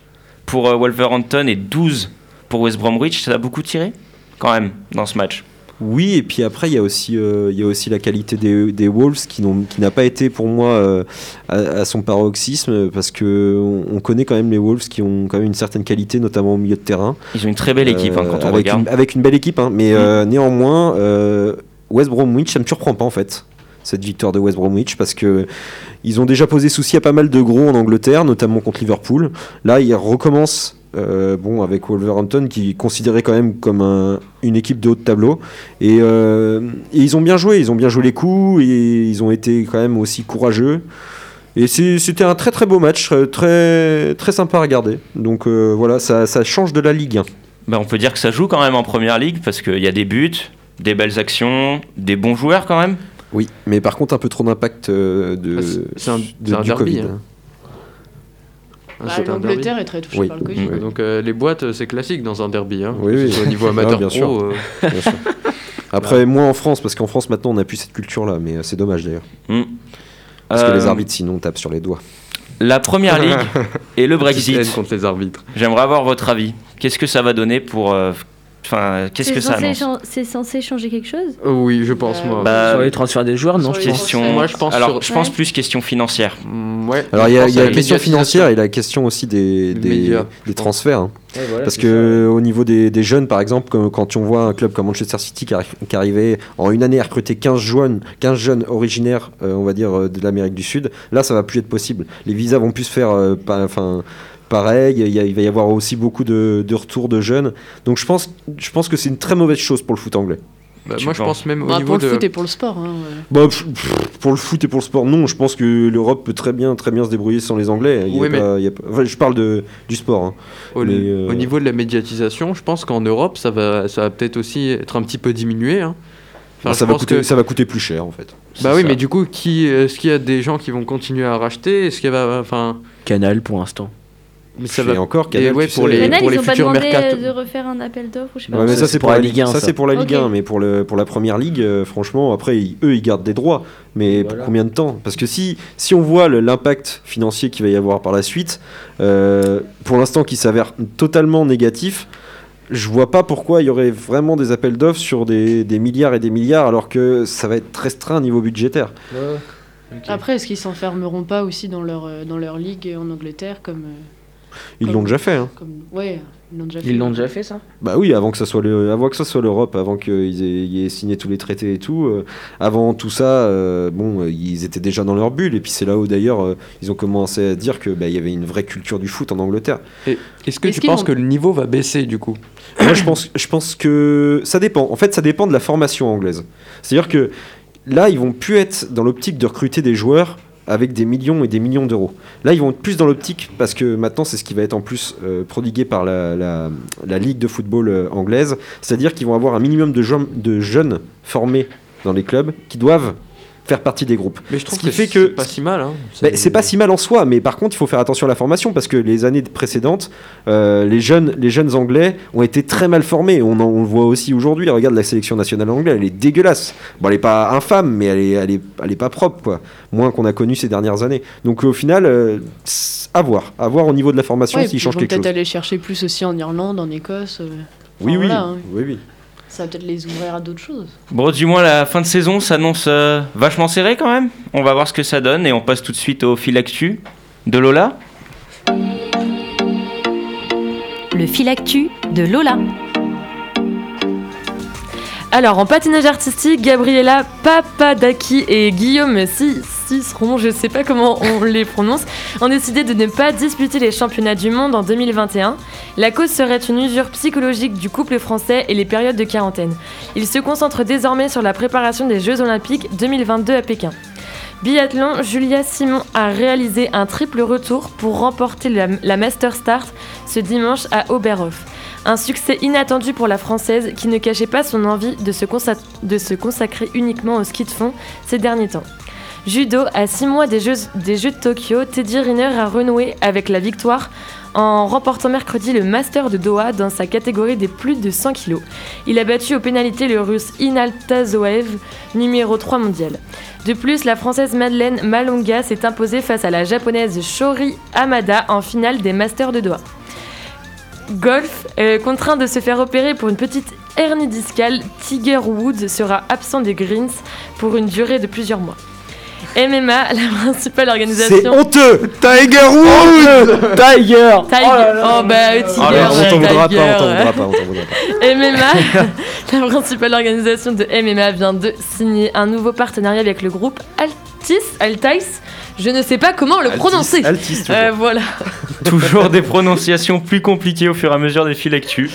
S5: pour euh, Wolverhampton et 12 pour West Bromwich. Ça a beaucoup tiré quand même dans ce match.
S11: Oui, et puis après, il y a aussi, euh, il y a aussi la qualité des, des Wolves qui, n'ont- qui n'a pas été pour moi euh, à, à son paroxysme euh, parce que on, on connaît quand même les Wolves qui ont quand même une certaine qualité, notamment au milieu de terrain.
S5: Ils ont une très belle équipe hein,
S11: Euh,
S5: quand on
S11: avec
S5: regarde.
S11: Une, avec une belle équipe, hein, mais euh, néanmoins, euh, West Bromwich, ça me surprend pas en fait. Cette victoire de West Bromwich, parce que ils ont déjà posé souci à pas mal de gros en Angleterre, notamment contre Liverpool. Là, ils recommencent euh, bon, avec Wolverhampton, qui est considéré quand même comme un- une équipe de haut de tableau. Et, euh, et ils ont bien joué, ils ont bien joué les coups, et ils ont été quand même aussi courageux. Et c'est- c'était un très très beau match, euh, très, très sympa à regarder. Donc euh, voilà, ça, ça change de la Ligue 1.
S5: Bah, on peut dire que ça joue quand même en première ligue parce qu'il y a des buts, des belles actions, des bons joueurs quand même.
S11: Oui, mais par contre un peu trop d'impact euh, de,
S6: Ah, c'est- c'est un-
S11: de-
S6: c'est un
S11: du
S6: derby,
S11: Covid.
S6: hein. Ah,
S8: Bah,
S6: c'est un
S8: L'Angleterre
S6: derby.
S8: est très touchée
S11: Oui.
S8: par le Covid.
S5: Mm.
S6: Donc euh, les boîtes, euh, c'est classique dans un derby. Hein,
S11: Oui,
S6: que ce
S11: oui.
S6: soit au niveau
S11: Ah,
S6: amateur
S11: bien
S6: pro,
S11: sûr.
S6: euh,
S11: Bien sûr. Après,
S6: Bah.
S11: moins en France, parce qu'en France maintenant on n'a plus cette culture-là, mais euh, c'est dommage d'ailleurs.
S5: Hmm.
S11: Parce que
S5: Euh,
S11: les arbitres sinon tapent sur les doigts.
S5: La première ligue et le
S6: petite haine
S5: Brexit.
S6: contre les arbitres.
S5: J'aimerais avoir votre avis. Qu'est-ce que ça va donner pour. euh, Enfin, qu'est-ce
S10: C'est
S5: que ça
S10: censé
S5: annonce
S10: chan- C'est censé changer quelque chose
S6: Euh, oui, je pense,
S8: Bah,
S6: moi.
S5: Bah,
S7: Sur les transferts des joueurs, non,
S8: sur
S7: je
S8: les
S7: pense.
S5: question.
S6: Moi, je pense
S5: Alors,
S6: sur-
S5: je pense
S10: Ouais.
S5: plus question financière.
S6: Mm, ouais.
S11: Alors il y a,
S6: Je pense
S11: il y a
S6: à
S11: la question
S6: médiatisation.
S11: financière et la question aussi des,
S6: Des
S11: des,
S6: médias,
S11: des
S6: je pense.
S11: transferts. hein.
S7: Ouais, voilà,
S11: Parce
S7: c'est
S11: que euh, au niveau des, des jeunes, par exemple, quand, quand on voit un club comme Manchester City qui, arri- qui arrivait en une année à recruter 15 jeunes, 15 jeunes originaires, euh, on va dire, euh, de l'Amérique du Sud, là, ça va plus être possible. Les visas vont plus se faire, euh, pa- enfin, pareil. Il, y a- il va y avoir aussi beaucoup de, de retours de jeunes. Donc je pense, je pense que c'est une très mauvaise chose pour le foot anglais.
S6: Bah,
S5: Tu
S6: moi, je
S5: penses
S6: pense même au
S8: Bah,
S6: niveau
S8: pour le
S6: de.
S8: foot et pour le sport. hein, ouais.
S11: Bah, pff, pff, pour le foot et pour le sport, non. Je pense que l'Europe peut très bien, très bien se débrouiller sans les Anglais. Il y a
S6: Oui, mais-
S11: pas- il y a pas- enfin, je parle de, du sport. hein.
S6: Au,
S11: Mais, euh,
S6: au niveau de la médiatisation, je pense qu'en Europe, ça va, ça va peut-être aussi être un petit peu diminué. hein. Enfin,
S11: Ah, ça,
S6: je
S11: va
S6: pense
S11: coûter,
S6: que-
S11: ça va coûter plus cher, en fait.
S6: Bah
S5: C'est
S6: oui,
S5: ça.
S6: mais du coup, qui, euh, est-ce qu'il y a des gens qui vont continuer à racheter Est-ce qu'il va, enfin,
S7: Canal pour l'instant.
S6: mais ça
S11: Et
S6: va.
S11: encore
S6: Et
S11: Canal,
S6: ouais,
S11: tu
S6: pour
S11: sais,
S6: les-
S10: Canal, ils
S6: les
S10: ont pas
S6: futurs
S10: demandé euh,
S6: mercato-
S10: de refaire un appel d'offres ou je sais pas.
S11: Ouais, mais ça, c'est pour, la Ligue 1. Ça,
S7: ça.
S11: c'est pour la Ligue
S10: Ok.
S11: 1, mais pour, le, pour la première Ligue, euh, franchement, après, ils- eux, ils gardent des droits. Mais
S7: Voilà.
S11: pour combien de temps Parce que si, si on voit le- l'impact financier qu'il va y avoir par la suite, euh, pour l'instant, qui s'avère totalement négatif, je vois pas pourquoi il y aurait vraiment des appels d'offres sur des, des milliards et des milliards, alors que ça va être restreint au niveau budgétaire.
S8: Après, est-ce qu'ils s'enfermeront pas aussi dans leur, euh, dans leur ligue en Angleterre comme, euh,
S11: Ils
S8: Comme-
S11: l'ont déjà fait. hein.
S8: comme... Ouais, ils l'ont déjà fait.
S7: Ils l'ont déjà fait, ça
S11: Bah oui, avant que ça soit le, avant que ça soit l'Europe, avant qu'ils aient, ils aient signé tous les traités et tout, euh, avant tout ça, euh, bon, euh, ils étaient déjà dans leur bulle. Et puis c'est là où d'ailleurs euh, ils ont commencé à dire que bah, il y avait une vraie culture du foot en Angleterre.
S6: Et- Est-ce que
S8: Est-ce
S6: tu
S8: qu'ils
S6: penses
S8: vont-
S6: que le niveau va baisser du coup
S11: Moi, je pense, je pense que ça dépend. En fait, ça dépend de la formation anglaise. C'est-à-dire que là, ils vont plus être dans l'optique de recruter des joueurs avec des millions et des millions d'euros. Là, ils vont être plus dans l'optique, parce que maintenant, c'est ce qui va être en plus euh, prodigué par la, la- la Ligue de football euh, anglaise, c'est-à-dire qu'ils vont avoir un minimum de, jeunes- de jeunes formés dans les clubs qui doivent faire partie des groupes.
S6: Mais je trouve
S11: Ce qui
S6: que
S11: fait
S6: c'est
S11: que-
S6: pas si mal. hein.
S11: Mais c'est pas si mal en soi, mais par contre, il faut faire attention à la formation parce que les années précédentes, euh, les, jeunes, les jeunes Anglais ont été très mal formés. On, en- on le voit aussi aujourd'hui. Regarde la sélection nationale anglaise, elle est dégueulasse. Bon, elle est pas infâme, mais elle est, elle est, elle est pas propre, quoi. Moins qu'on a connu ces dernières années. Donc au final, euh, à voir. À voir au niveau de la formation
S8: Ouais, et puis
S11: s'il
S8: ils vont
S11: change quelque
S8: peut-être
S11: chose.
S8: aller chercher plus aussi en Irlande, en Écosse. euh, enfin,
S11: Oui, oui,
S8: voilà, hein.
S11: oui, oui.
S8: Ça va peut-être les ouvrir à d'autres choses.
S5: Bon, du moins, la fin de saison s'annonce euh, vachement serrée quand même. On va voir ce que ça donne et on passe tout de suite au fil actu de Lola.
S1: Le fil actu de Lola.
S9: Alors, en patinage artistique, Gabriela Papadaki et Guillaume Si- Ciceron, je sais pas comment on les prononce, ont décidé de ne pas disputer les championnats du monde en 2021. La cause serait une usure psychologique du couple français et les périodes de quarantaine. Ils se concentrent désormais sur la préparation des Jeux Olympiques 2022 à Pékin. Biathlon, Julia Simon a réalisé un triple retour pour remporter la, la Master Start ce dimanche à Oberhof. Un succès inattendu pour la Française qui ne cachait pas son envie de se, consa- de se consacrer uniquement au ski de fond ces derniers temps. Judo, à 6 mois des jeux, des Jeux de Tokyo, Teddy Riner a renoué avec la victoire en remportant mercredi le Master de Doha dans sa catégorie des plus de 100 kilos. Il a battu aux pénalités le russe Inalta Zoev, numéro 3 mondial. De plus, la française Madeleine Malonga s'est imposée face à la japonaise Shori Hamada en finale des Masters de Doha. Golf, euh, contraint de se faire opérer pour une petite hernie discale, Tiger Woods sera absent des Greens pour une durée de plusieurs mois. MMA, la principale organisation.
S7: C'est honteux Tiger Woods Tiger
S9: Tiger. Oh, bah, Tiger.
S11: Ah, mais on t'en voudra
S9: Tiger.
S11: pas, on t'en voudra pas, on t'en voudra pas.
S9: MMA, la principale organisation de MMA, vient de signer un nouveau partenariat avec le groupe Altis. Altais, je ne sais pas comment le
S5: Altis,
S9: prononcer.
S5: Altis, toujours.
S9: Euh, voilà.
S5: Toujours des prononciations plus compliquées au fur et à mesure des fils actu.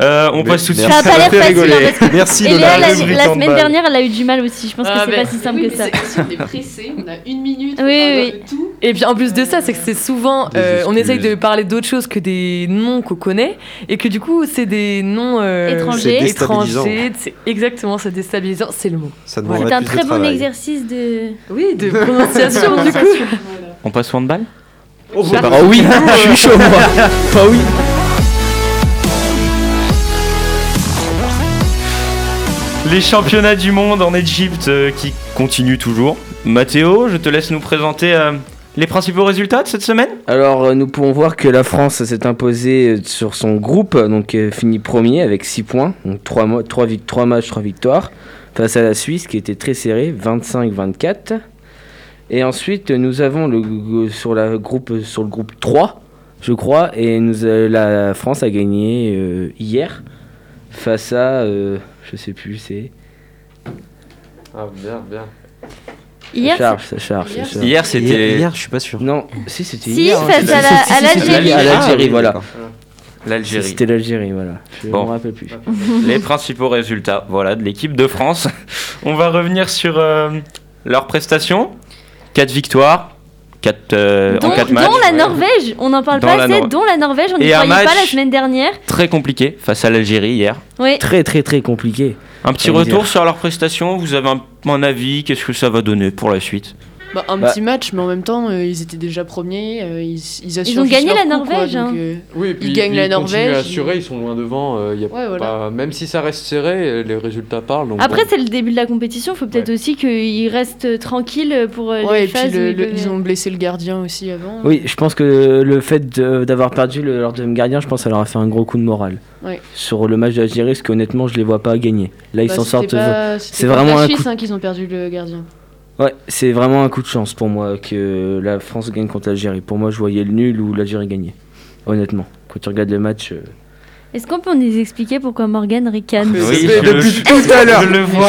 S5: Euh, on passe tout de
S10: Ça
S5: suite.
S10: a pas l'air
S5: fait
S10: facile,
S5: rigoler.
S10: hein, parce que- Et Léa, la, la semaine dernière, elle a eu du mal aussi. Je pense
S9: Ah,
S10: que
S8: bah,
S10: c'est
S9: ben.
S10: pas si simple
S9: Oui,
S10: que
S9: mais
S10: ça.
S9: c'est
S8: Si on est pressé, on a une minute.
S9: Oui, oui. Et puis en plus de ça, c'est que c'est souvent,
S8: Des
S9: euh, on
S8: excuses.
S9: essaye de parler d'autres choses que des noms qu'on connaît, et que du coup, c'est des noms euh,
S10: Étrangers. C'est déstabilisant.
S9: étrangers. c'est- Exactement, c'est déstabilisant, c'est le mot.
S11: Ça
S9: Voilà.
S10: C'est un très bon exercice de.
S9: Oui, de prononciation, du coup.
S5: On passe au handball
S9: Oh,
S5: C'est
S9: bah,
S5: parti.
S9: oui, je suis chaud, moi.
S7: Pas Bah oui
S5: Les championnats du monde en Égypte euh, qui continuent toujours. Mathéo, je te laisse nous présenter euh, les principaux résultats de cette semaine.
S7: Alors, euh, nous pouvons voir que la France s'est imposée euh, sur son groupe, euh, donc euh, finit premier avec 6 points, donc 3, matchs, 3 victoires, face à la Suisse qui était très serrée, 25-24. Et ensuite, euh, nous avons le, le- sur, la groupe, euh, sur le groupe 3, je crois, et nous, euh, la France a gagné euh, hier face à, euh, je sais plus, c'est...
S6: Ah, bien, bien.
S7: ça charge, ça charge, ça charge.
S5: Hier, c'était- Hier- hier,
S11: je suis pas sûr.
S7: Non, si, c'était
S10: Si,
S7: hier.
S10: face
S7: c'était-
S10: à la-
S7: si, si,
S10: à
S7: si, c'était
S10: l'Algérie.
S7: À
S5: Ah, oui,
S7: l'Algérie, voilà.
S5: d'accord. L'Algérie.
S7: C'était l'Algérie, voilà. Je
S5: Bon.
S7: me rappelle plus.
S5: les principaux résultats voilà, de l'équipe de France. On va revenir sur euh, leurs prestations. 4 victoires quatre, euh,
S10: Dont,
S5: en 4
S10: dont
S5: matchs.
S10: la Norvège, on n'en parle
S5: Dans
S10: pas
S5: la
S10: assez,
S5: Nor-
S10: dont la Norvège, on n'y
S5: Et un
S10: croyait pas
S5: match-
S10: la semaine dernière.
S5: Très compliqué face à l'Algérie hier.
S10: Oui.
S7: Très très très compliqué.
S5: Un petit
S7: Faut le
S5: retour
S7: dire.
S5: sur leurs prestations. Vous avez un, un avis Qu'est-ce que ça va donner pour la suite
S8: Bah, un
S5: Bah.
S8: petit match, mais en même temps, euh, ils étaient déjà premiers. euh, ils, ils, assurent
S10: ont
S8: juste
S10: gagné
S8: leur
S10: la
S8: coup, quoi,
S10: Norvège,
S8: donc,
S10: hein.
S8: euh,
S6: Oui, et puis
S8: ils gagnent la
S6: Ils continuent à
S8: Norvège. ils-
S6: assurer, ils sont loin devant. euh, y a
S10: Ouais, voilà.
S6: pas- Même si ça reste serré, euh, les résultats parlent. donc
S10: Après,
S6: bon.
S10: c'est le début de la compétition, il faut peut-être aussi qu'ils restent tranquilles pour euh,
S8: Ouais, et
S10: les
S8: puis
S10: phases
S8: le-
S10: où ils
S8: le-
S10: peuvent-
S8: ils ont blessé le gardien aussi avant.
S7: Oui, je pense que le fait de- d'avoir perdu le- leur deuxième gardien, je pense que ça leur a fait un gros coup de morale.
S8: Ouais.
S7: Sur le match de l'Algérie, parce qu'honnêtement, je les vois pas gagner. Là, ils
S8: Bah,
S7: s'en
S8: c'était
S7: sortent.
S8: pas- c'était
S7: C'est
S8: contre
S7: vraiment
S8: la
S7: un
S8: Suisse,
S7: coup.
S8: hein, qu'ils ont perdu le gardien.
S7: Ouais, c'est vraiment un coup de chance pour moi que la France gagne contre l'Algérie. Pour moi, je voyais le nul ou l'Algérie gagner. Honnêtement, quand tu regardes le match. euh,
S10: Est-ce qu'on peut nous expliquer pourquoi Morgane ricane
S7: Oui, je- je- je le vois.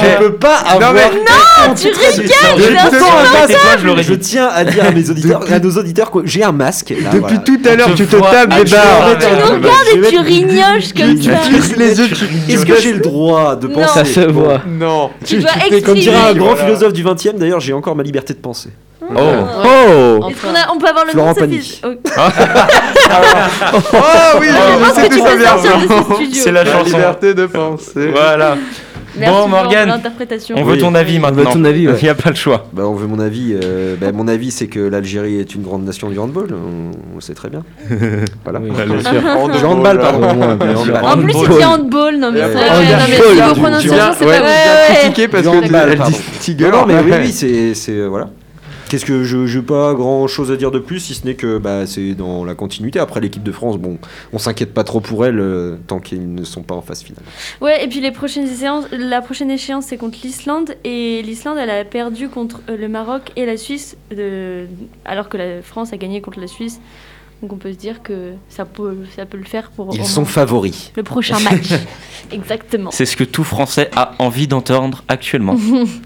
S7: Non, mais-
S10: Non, tu
S12: Depuis
S10: ricanes, c'est
S12: tout à l'heure,
S10: insupportable.
S12: je, tiens à dire à mes auditeurs, à nos auditeurs que j'ai un masque. Depuis tout à l'heure, tu te tapes
S10: des barres. Tu
S11: Ah,
S10: nous regardes et tu rignoches comme ça.
S12: les yeux. Est-ce que j'ai le droit de
S10: Non.
S12: penser
S10: Ça se voit.
S6: Non.
S10: Tu dois
S12: Comme
S10: expliquer.
S12: dirait un grand
S10: Voilà.
S12: philosophe du 20 e d'ailleurs, j'ai encore ma liberté de penser.
S10: Oh.
S12: Oh.
S10: Est-ce qu'on a- on peut avoir le
S12: Florent
S10: nom de cette
S12: Pagny.
S10: fiche Ok.
S12: Ah oui,
S10: Je pense que
S12: c'est
S10: tu peux sortir de ce studio.
S5: C'est la
S6: La
S5: chanson.
S6: liberté de penser.
S5: Voilà.
S10: Merci
S5: bon,
S10: pour
S5: Morgane,
S10: l'interprétation.
S5: on veut ton avis maintenant.
S12: ton avis,
S5: Il n'y a pas le choix.
S12: Bah, on veut mon avis. euh, bah, mon avis, c'est que l'Algérie est une grande nation du handball. On, on sait très bien. Voilà.
S7: Oui, bien sûr.
S12: Du handball, pardon.
S7: Handball, bien sûr.
S12: Handball.
S10: En plus, il dit handball, non mais c'est
S6: Oh,
S10: vrai. Non, mais si vos prononciations, c'est pas vrai.
S12: Du
S6: parce que
S12: handball,
S6: elle dit
S12: pardon.
S6: Tiger.
S12: Non, non, mais oui, oui, c'est. c'est, euh, Voilà. Qu'est-ce que je j'ai pas grand chose à dire de plus si ce n'est que bah, c'est dans la continuité après l'équipe de France bon on s'inquiète pas trop pour elle euh, tant qu'ils ne sont pas en phase finale.
S10: Ouais, et puis les prochaines séances, la prochaine échéance, c'est contre l'Islande. Et l'Islande, elle a perdu contre euh, le Maroc et la Suisse, de- alors que la France a gagné contre la Suisse. Donc on peut se dire que ça peut, ça peut le faire pour. au
S12: Ils sont
S10: moins
S12: favoris.
S10: Le prochain match. Exactement.
S5: C'est ce que tout Français a envie d'entendre actuellement.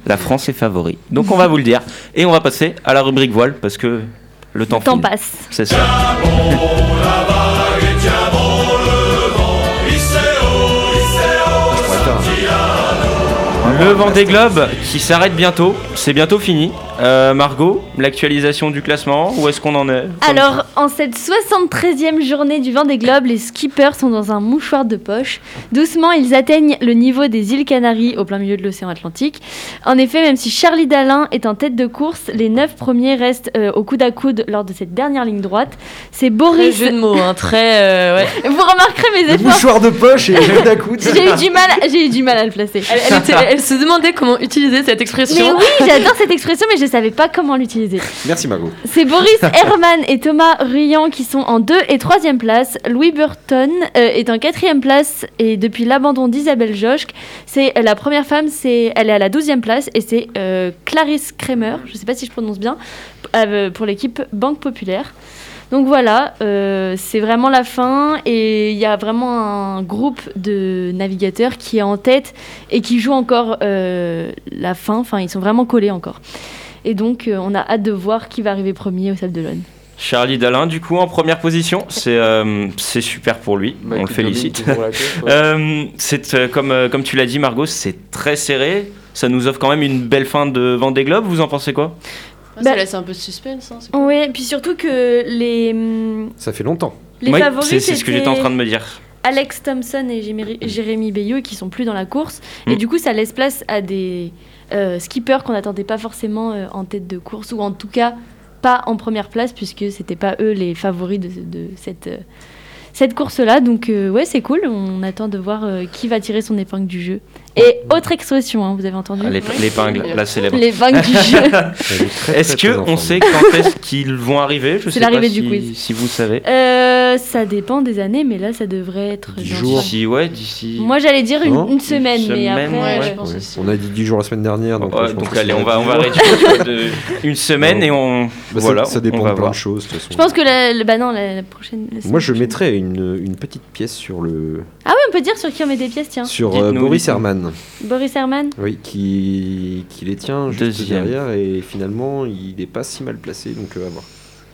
S5: La France est favori. Donc on va vous le dire. Et on va passer à la rubrique voile parce que le temps,
S10: temps
S5: file.
S10: passe.
S5: C'est ça. Le Vendée Globe qui s'arrête bientôt. C'est bientôt fini. Euh, Margot, l'actualisation du classement, où est-ce qu'on en est
S10: Alors, en cette 73e journée du vent des globes, les skippers sont dans un mouchoir de poche. Doucement, ils atteignent le niveau des îles Canaries au plein milieu de l'océan Atlantique. En effet, même si Charlie Dalin est en tête de course, les 9 premiers restent euh, au coude à coude lors de cette dernière ligne droite. C'est Boris.
S9: Très jeu de mots, hein, très. euh, ouais.
S10: Vous remarquerez mes
S11: Le
S10: efforts.
S11: mouchoir de poche et le d'un coude.
S10: J'ai eu du mal, j'ai eu du mal à le placer.
S9: Elle, elle était- elle se demandait comment utiliser cette
S10: Mais
S9: expression.
S10: oui, j'adore cette expression, mais je savais pas comment l'utiliser.
S11: Merci Margot.
S10: C'est Boris Herman et Thomas Ruyant qui sont en 2 et 3 place. Louis Burton euh, est en 4 place et depuis l'abandon d'Isabelle Joschk, c'est euh, la première femme, c'est elle est à la 12 place et c'est euh, Clarisse Kramer, je sais pas si je prononce bien, p- euh, pour l'équipe Banque Populaire. Donc voilà, euh, c'est vraiment la fin et il y a vraiment un groupe de navigateurs qui est en tête et qui joue encore euh, la fin. Enfin, ils sont vraiment collés encore. Et donc, euh, on a hâte de voir qui va arriver premier au Sable de l'One.
S5: Charlie Dalin, du coup, en première position, c'est euh, c'est super pour lui, on le
S6: Bah, écoute, Dominique,
S5: félicite.
S6: toujours la course, ouais.
S5: Euh, c'est euh, comme, euh, comme tu l'as dit, Margot, c'est très serré. Ça nous offre quand même une belle fin de Vendée Globe. Vous en pensez quoi
S8: Ah,
S10: Bah-
S8: ça laisse un peu de suspense. Hein, c'est-
S10: Oui, puis surtout que les, hum,
S11: Ça fait longtemps.
S10: les
S5: Oui,
S10: favoris,
S5: c'est c'est ce que j'étais en train de me
S10: c'était
S5: dire.
S10: Alex Thompson et Jéméri- Jérémy Bayeux qui sont plus dans la course.
S5: Mm.
S10: Et du coup, ça laisse place à des euh, skippers qu'on n'attendait pas forcément euh, en tête de course, ou en tout cas pas en première place, puisque c'était pas eux les favoris de, de cette, euh, cette course-là. Donc, euh, ouais, c'est cool. On attend de voir euh, qui va tirer son épingle du jeu. Et autre expression, hein, vous avez entendu
S5: Ah, l'ép- L'épingle, la célèbre.
S10: L'épingle du jeu.
S5: Est-ce
S11: très,
S5: que
S11: très
S5: on
S11: informée.
S5: sait quand est-ce qu'ils vont arriver Je sais
S10: C'est
S5: pas
S10: l'arrivée
S5: si,
S10: du quiz.
S5: si vous savez.
S10: Euh, ça dépend des années, mais là, ça devrait être. genre-
S5: D'ici, ouais, d'ici.
S10: Moi, j'allais dire une,
S11: Non
S10: une semaine, mais
S5: semaine,
S10: après.
S5: ouais.
S10: euh,
S11: Ouais. On a dit 10 jours la semaine dernière. Donc,
S12: euh,
S5: Ouais,
S11: je pense
S5: donc
S11: que
S5: allez,
S11: ça
S5: on va, on va
S11: être-
S5: réduire ça de une semaine
S11: Non.
S5: et on.
S11: Bah, ça-
S5: voilà,
S11: ça dépend
S5: on
S11: de
S5: va
S11: plein
S5: voir.
S11: de choses. de toute façon.
S10: Je pense que la, la- bah non, la, la prochaine. la
S11: Moi,
S10: semaine
S11: je
S10: prochaine.
S11: mettrais une, une petite pièce sur le
S10: Ah oui, on peut dire sur qui on met des pièces, tiens.
S11: sur
S5: Dites-nous,
S11: euh, Boris
S5: dites-nous.
S11: Herman,
S10: Boris Herman.
S11: oui, qui, qui les tient juste
S5: Deuxième.
S11: derrière et finalement il n'est pas si mal placé, donc euh, à voir.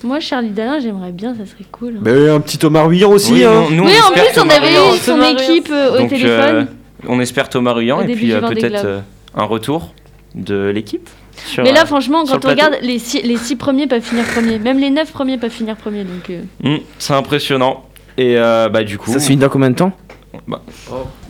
S10: Moi, Charlie Dalin, j'aimerais bien, ça serait cool. hein.
S11: Mais Bah un petit Thomas Ruyant aussi.
S5: Oui,
S11: hein.
S5: non, nous,
S10: oui, oh. en
S5: espère
S10: plus, on
S5: Thomas
S10: avait
S5: Ruyant.
S10: eu son
S9: Thomas Ruyant.
S10: équipe euh, au
S5: Donc, euh,
S10: téléphone.
S5: on espère Thomas Ruyant
S10: Au
S5: et
S10: début
S5: puis
S10: du
S5: euh,
S10: Vendée
S5: peut-être
S10: Globe.
S5: euh, un retour de l'équipe. sur,
S10: Mais
S5: euh,
S10: là, franchement,
S5: sur
S10: quand
S5: le
S10: on
S5: plateau.
S10: regarde, les six, les six premiers peuvent finir premiers. Même les neuf premiers peuvent finir premiers. Donc, euh,
S5: Mm, c'est impressionnant. Et euh, bah du coup,
S7: Ça se finit dans combien de temps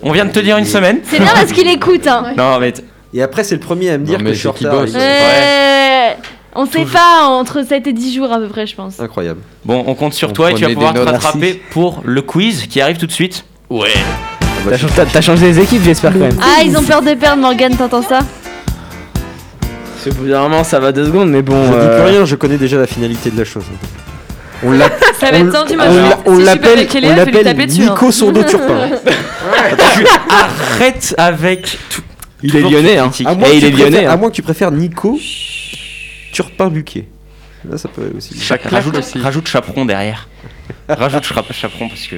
S5: on vient de te dire une semaine.
S10: C'est bien parce qu'il écoute. Hein.
S5: Non mais t-
S11: Et après, c'est le premier à me
S6: Non,
S11: dire
S6: mais
S11: que je suis
S6: c'est
S11: en
S6: qui
S11: retard.
S6: bosse.
S10: Ouais. Euh, On sait pas, entre 7 et 10 jours à peu près, je pense.
S11: Incroyable.
S5: bon, on compte sur
S12: On
S5: toi et tu vas
S12: prenait
S5: pouvoir
S12: des
S5: te
S12: notes.
S5: rattraper pour le quiz qui arrive tout de suite. Ouais.
S11: Ah bah,
S7: T'as chang- T'as t'as changé les équipes, j'espère quand même.
S10: Ah, ils ont peur de perdre, Morgane, t'entends ça
S7: Parce que au bout d'un moment, ça va deux secondes, mais bon.
S11: Je dis
S7: euh,
S11: plus rien, je connais déjà la finalité de la chose. hein. On l'a-
S9: Ça va être
S11: on-
S9: tendu, moi.
S11: on
S9: je-
S11: l'a-
S9: si
S11: On
S9: je suis pas
S11: l'appelle
S9: avec Eléa,
S11: on
S9: je vais lui
S11: l'appelle
S9: taper dessus. hein.
S11: Nico Sondo Turpin.
S5: Arrête avec tout.
S7: Il est lyonnais, hein.
S5: critique.
S11: À
S7: Eh,
S11: moins que
S7: il
S11: tu
S7: est lyonnais.
S11: préfères-
S7: hein.
S11: À moins que tu préfères Nico Turpin-Buquet. Là, ça peut aller aussi.
S5: rajoute, rajoute chaperon derrière. rajoute chra- chaperon parce que.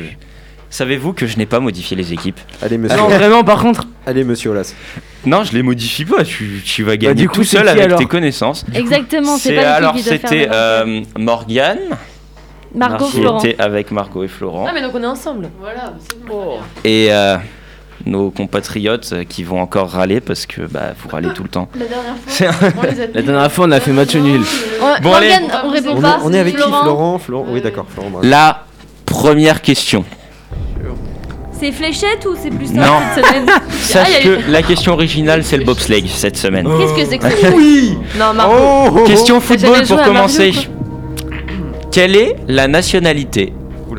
S5: Savez-vous que je n'ai pas modifié les équipes
S11: Allez,
S7: Non,
S11: monsieur.
S7: vraiment, par contre.
S11: Allez, monsieur Olas.
S5: Non, je les modifie pas. Tu, tu vas gagner
S7: du
S5: tout
S7: coup, c'est
S5: seul
S7: qui,
S5: avec
S7: alors
S5: tes connaissances.
S10: Exactement, c'est pas
S5: alors
S10: l'équipe qui doit
S5: c'était
S10: faire. maintenant.
S5: euh, Morgane
S10: Margot
S5: qui
S10: Florent.
S5: était avec Margot et Florent
S9: Ah, mais donc on est ensemble.
S8: Voilà, c'est bon.
S5: et euh, nos compatriotes euh, qui vont encore râler parce que bah vous râlez tout le temps.
S8: La dernière fois,
S5: C'est-
S8: on les a
S7: La dernière fois, on a fait match nul.
S10: On-
S5: Bon, allez.
S10: Morgane, on répond
S11: On est-
S10: pas.
S11: on est avec qui
S10: Florent.
S11: Florent Florent Oui, d'accord, Florent. bravo.
S5: La première question.
S10: C'est fléchette ou c'est plus ça
S5: Non.
S10: cette semaine Ah, il y
S5: Sache
S10: a eu-
S5: que la question originale c'est le bobsleigh cette semaine.
S9: Oh,
S10: Qu'est-ce que c'est que ça
S9: Non, Margot.
S11: Oh, oh, oh.
S5: Question football
S9: jamais joué
S5: pour
S9: à
S5: commencer.
S9: Mario,
S5: Quelle est la nationalité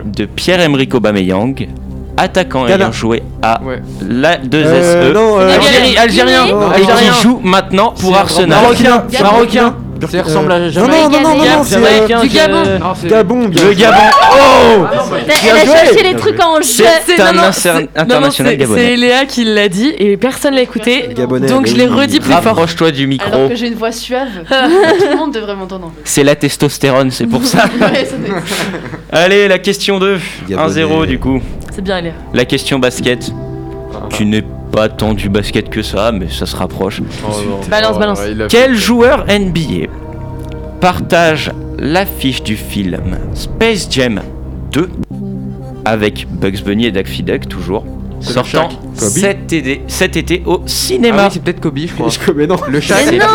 S5: de Pierre-Emerick Aubameyang, attaquant
S11: Ghana.
S5: ayant joué à
S6: Ouais.
S5: la 2SE
S11: Euh, non, euh,
S5: Algérie, Algérien,
S11: Non,
S5: et qui
S11: Algérien.
S5: joue maintenant pour
S6: C'est
S5: Arsenal.
S11: Marocain
S7: Marocain.
S6: Ça ressemble à
S11: Non,
S6: jamais.
S11: non, non, non, non, non, c'est. euh,
S7: Jamaïcain,
S9: Du
S7: je-
S9: Gabon.
S6: Non, c'est-
S12: Ah
S11: Gabon, bien
S5: Le
S11: sûr.
S5: Gabon. Oh
S10: Elle a cherché les trucs en jeu.
S5: C'est
S9: non,
S5: un
S9: non,
S5: inter-
S9: c'est- non, non,
S5: international
S9: c'est- C'est
S5: gabonais.
S9: Léa qui l'a dit et personne l'a écouté.
S11: Gabonais,
S9: Donc
S11: mais
S9: je l'ai
S11: oui.
S9: redit plus fort.
S5: Rapproche-toi du
S8: Alors
S5: micro.
S8: que j'ai une voix suave, tout le monde devrait m'entendre.
S5: C'est la testostérone, c'est pour ça.
S8: Ouais, ça fait-
S5: Allez, la question 2.
S11: Gabonais.
S5: 1-0 du coup.
S9: C'est bien Léa.
S5: La question basket. Tu n'es pas tant du basket que ça, mais ça se rapproche.
S9: Balance, balance.
S6: il a fait-
S5: Quel joueur NBA partage l'affiche du film Space Jam 2 avec Bugs Bunny et Doug Fidek toujours, sortant
S6: Shaq.
S5: Kobe cet, été, cet été au cinéma.
S6: Ah oui, c'est peut-être Kobe, je crois.
S12: Mais non,
S6: le
S10: Ah,
S6: chat,
S12: Mais
S6: c'est
S12: non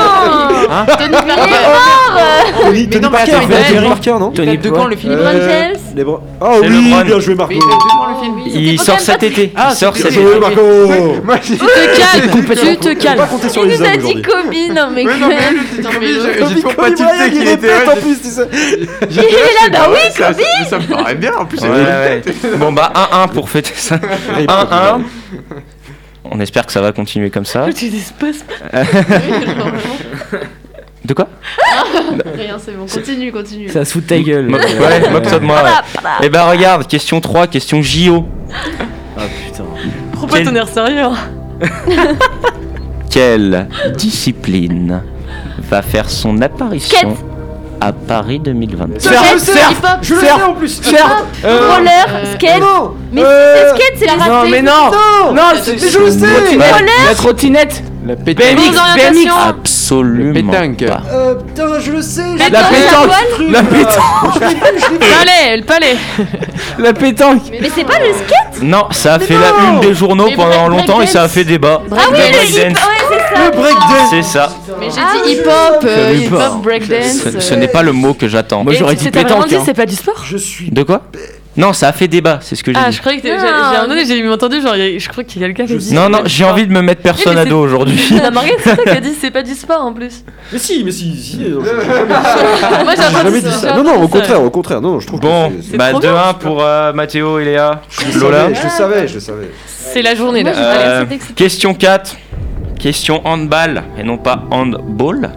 S6: Hein
S12: Tony
S6: Ah bah-
S12: mort
S6: Oui,
S12: Mais
S6: Tony
S12: non, mais
S6: Parker,
S12: attends,
S6: il fait
S12: il
S6: Jerry.
S12: date de quand, non
S6: Il date de quand, le film
S12: Euh,
S10: James
S12: les bras- Ah
S5: C'est
S12: oui,
S5: LeBron.
S12: bien joué Marco
S6: Mais il date de quand, le film
S5: Il sort cet été.
S12: Ah,
S5: il sort
S12: c'était-
S5: cet
S12: Bien joué,
S5: été.
S12: Marco
S11: Euh,
S6: Tu
S10: te calmes, tu te calmes.
S12: pas compter sur
S10: Il
S12: les
S10: nous a
S12: hommes
S10: dit
S12: aujourd'hui.
S10: Kobe, non mais
S12: Ouais,
S10: quand
S12: non, mais
S10: même.
S6: J'ai toujours pas
S12: Kobe
S6: tilté
S12: Bryant,
S6: qu'il
S12: il est
S6: était,
S12: bête,
S6: ouais,
S12: en plus, tu sais.
S6: J'ai-
S10: Il est là,
S6: c'est
S10: bah
S6: pas
S10: oui,
S6: vrai, ça,
S10: Kobe
S6: ça- Ça me paraît bien, en plus.
S5: Ouais, ouais. Bon bah 1-1 pour fêter ça. 1-1. On espère que ça va continuer comme ça.
S8: Tu déspaces
S5: De quoi
S8: Rien, c'est bon, continue, continue.
S7: Ça se fout de ta gueule.
S5: Mo- Ouais, moque-toi de moi. Et bah regarde, question 3, question JO.
S7: Ah putain.
S9: Prends pas
S5: Quel-
S9: ton air sérieux.
S5: Quelle discipline va faire son apparition à Paris 2022
S10: Surf, surf,
S12: Je le
S10: surf,
S12: fais en plus
S10: surf,
S12: Euh,
S10: roller,
S12: euh,
S10: skate.
S12: non,
S10: Mais
S12: euh,
S10: si, le skate, c'est les
S12: Non,
S10: raquettes.
S12: mais non,
S10: Putain.
S12: non, c'est-
S10: Mais
S12: je le sais.
S10: Les
S5: Bah,
S10: rollers,
S7: La trottinette
S6: La
S7: BMX,
S10: Bonne orientation.
S7: BMX.
S5: Absolument.
S6: pétanque.
S5: pas.
S12: Euh, putain, je le sais
S10: La
S12: j'ai-
S10: pétanque, la
S12: truc,
S7: La
S12: là.
S7: pétanque.
S12: Je l'ai vu, je l'ai vu.
S9: Palais, le palais.
S7: La pétanque
S10: Mais c'est pas le skate
S5: Non, ça a fait la
S12: non
S5: une des journaux
S9: Mais
S5: pendant
S9: break-
S5: longtemps et
S9: breakdance.
S5: ça a fait débat.
S10: Ah oui, le
S5: Breakdance.
S10: hip, ouais, c'est ça.
S12: Le breakdance
S5: C'est ça.
S8: Mais j'ai
S10: Ah,
S8: dit
S10: je-
S8: hip-hop, euh,
S7: Salut,
S8: hip-hop,
S7: Bart.
S8: breakdance.
S5: Ce, ce
S8: euh,
S5: n'est pas le mot que j'attends.
S7: Moi,
S9: Et
S7: j'aurais
S9: tu-
S7: dit
S9: t'as vraiment
S7: pétanque,
S9: dit,
S7: hein.
S9: c'est pas du sport
S12: Je suis...
S5: De quoi Non, ça a fait débat, c'est ce que j'ai
S9: Ah,
S5: dit.
S9: je croyais que t'avais-
S10: Non.
S9: j'ai j'ai un donné, j'ai entendu genre il y a- je crois qu'il y a quelqu'un qui a dit.
S5: Non, non, j'ai envie de me mettre personne
S9: mais
S5: à
S9: c'est-
S5: dos aujourd'hui.
S9: La Morgane, c'est toi qui a dit c'est pas du sport en plus.
S12: Mais si, mais si, si euh,
S9: Moi
S12: J'ai
S9: j'ai
S12: jamais
S9: entendu
S12: dit
S9: ça.
S12: ça. Non, non, au contraire, au contraire. Non, non, je trouve que
S5: Bon,
S12: c'est-
S5: bah
S9: trop bien,
S5: 2-1 pour euh, Mathéo et Léa.
S12: Je le
S5: Lola.
S12: savais, je le savais, je le savais.
S9: C'est la journée
S10: Moi,
S9: là.
S10: j'ai
S5: Euh,
S10: pas l'accepté que c'était-
S5: Question 4. Question handball et non pas handball.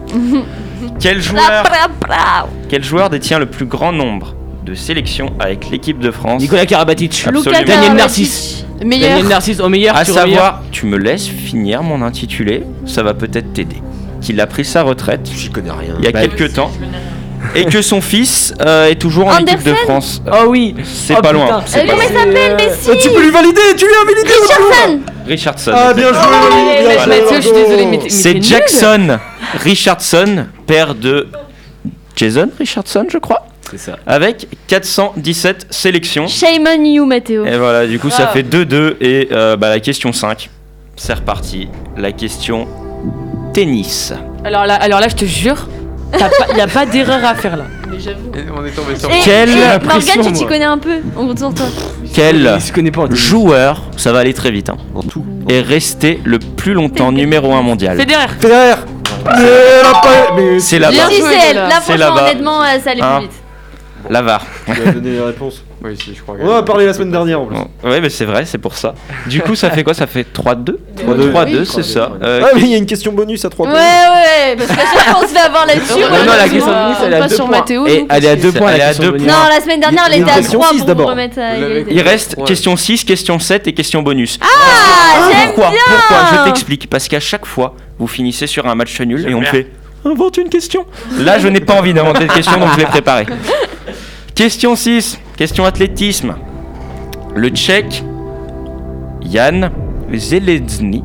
S5: quel,
S10: Ah,
S5: joueur,
S10: bah,
S5: quel joueur détient le plus grand nombre de sélections avec l'équipe de France
S7: Nicolas Karabatic.
S5: Absolument.
S8: Luka
S7: Daniel
S8: Karabatic.
S7: Narcisse.
S8: Meilleur.
S7: Daniel Narcisse au meilleur.
S5: À
S7: tu reviens.
S5: savoir, tu me laisses finir mon intitulé, ça va peut-être t'aider. Qu'il a pris sa retraite
S12: J'y connais rien.
S5: il y a
S7: Bah,
S5: quelques temps et que son fils euh, est toujours en équipe de
S10: Andersen
S5: France.
S7: Oh oui.
S5: C'est
S7: Oh,
S5: pas
S7: putain.
S5: loin.
S10: Euh,
S5: C'est pas
S10: Comment
S5: loin.
S10: il s'appelle Mais
S12: Euh, Tu
S10: si
S12: peux lui valider, tu lui as validé au boulot.
S10: Richardson
S5: Richardson.
S12: Ah, bien joué,
S9: Oh, Mais-
S12: bien
S9: mais-
S12: joué,
S9: Mathieu, je suis
S12: bravo.
S9: désolée, euh, mais t'es- mais t'es
S5: C'est
S9: nul.
S5: Jackson Richardson, père de Jason Richardson, je crois.
S7: C'est ça.
S5: avec 417 sélections.
S10: Shame on you, Mathéo.
S5: Et voilà, du coup, ça
S9: Wow.
S5: fait 2-2. Et euh, bah, la question 5, c'est reparti. La question tennis.
S9: Alors là, alors là, je te jure, t'as pas- y a pas d'erreur à faire là.
S8: Mais j'avoue.
S6: On est tombé sur.
S10: Et-
S5: Quelle
S10: et
S7: impression,
S10: Morgane, tu t'y
S7: moi.
S10: connais un peu. On compte sur toi.
S5: Quel
S7: Il se connaît pas en tennis.
S5: joueur, ça va aller très vite, hein,
S12: En tout.
S5: est resté le plus longtemps numéro 1 mondial
S9: Federer.
S12: Ferrer Mais la pa- mais-
S5: C'est là-bas.
S10: Si,
S8: joué,
S10: c'est elle.
S8: Lola.
S10: Là,
S5: C'est
S10: franchement,
S5: là-bas.
S10: honnêtement, euh, ça allait
S5: Ah bah. Hein.
S10: plus vite.
S5: L'avare.
S12: Tu as donné la réponse.
S6: Oui, si, je crois. que-
S12: On en a parlé la semaine dernière en plus.
S5: Ouais, mais c'est vrai, c'est pour ça. Du coup, ça fait quoi Ça fait 3-2
S12: 3-2.
S5: 3-2, c'est ça. Euh,
S12: Ah, mais il y a une question bonus à 3
S10: Ouais, ouais, parce qu'à chaque fois, on se fait avoir là-dessus.
S8: Non,
S10: on va
S7: non, la
S10: dire,
S7: question
S10: euh,
S8: de Nice, elle est à
S10: pas
S8: deux
S10: sur
S8: points.
S10: Mathéo,
S7: Et
S10: nous.
S7: elle est à deux
S5: C'est-
S7: points.
S5: elle
S7: la
S5: est à
S7: question
S5: deux
S7: de
S5: points.
S7: Nicolas.
S10: Non, la semaine dernière, elle
S12: Il
S10: était à
S12: question
S10: 3
S12: six,
S10: pour vous
S12: d'abord.
S10: remettre euh, à
S6: Vous l'avez
S10: égalité.
S5: Il reste
S6: Ouais.
S5: question 6, question 7 et question bonus.
S10: Ah, j'aime
S5: Pourquoi Pourquoi Je t'explique. Parce qu'à chaque fois, vous finissez sur un match nul et on me fait invente une question. Là, je n'ai pas envie d'inventer de question, donc je l'ai préparée. Question 6, question athlétisme. Le tchèque Jan Zelezny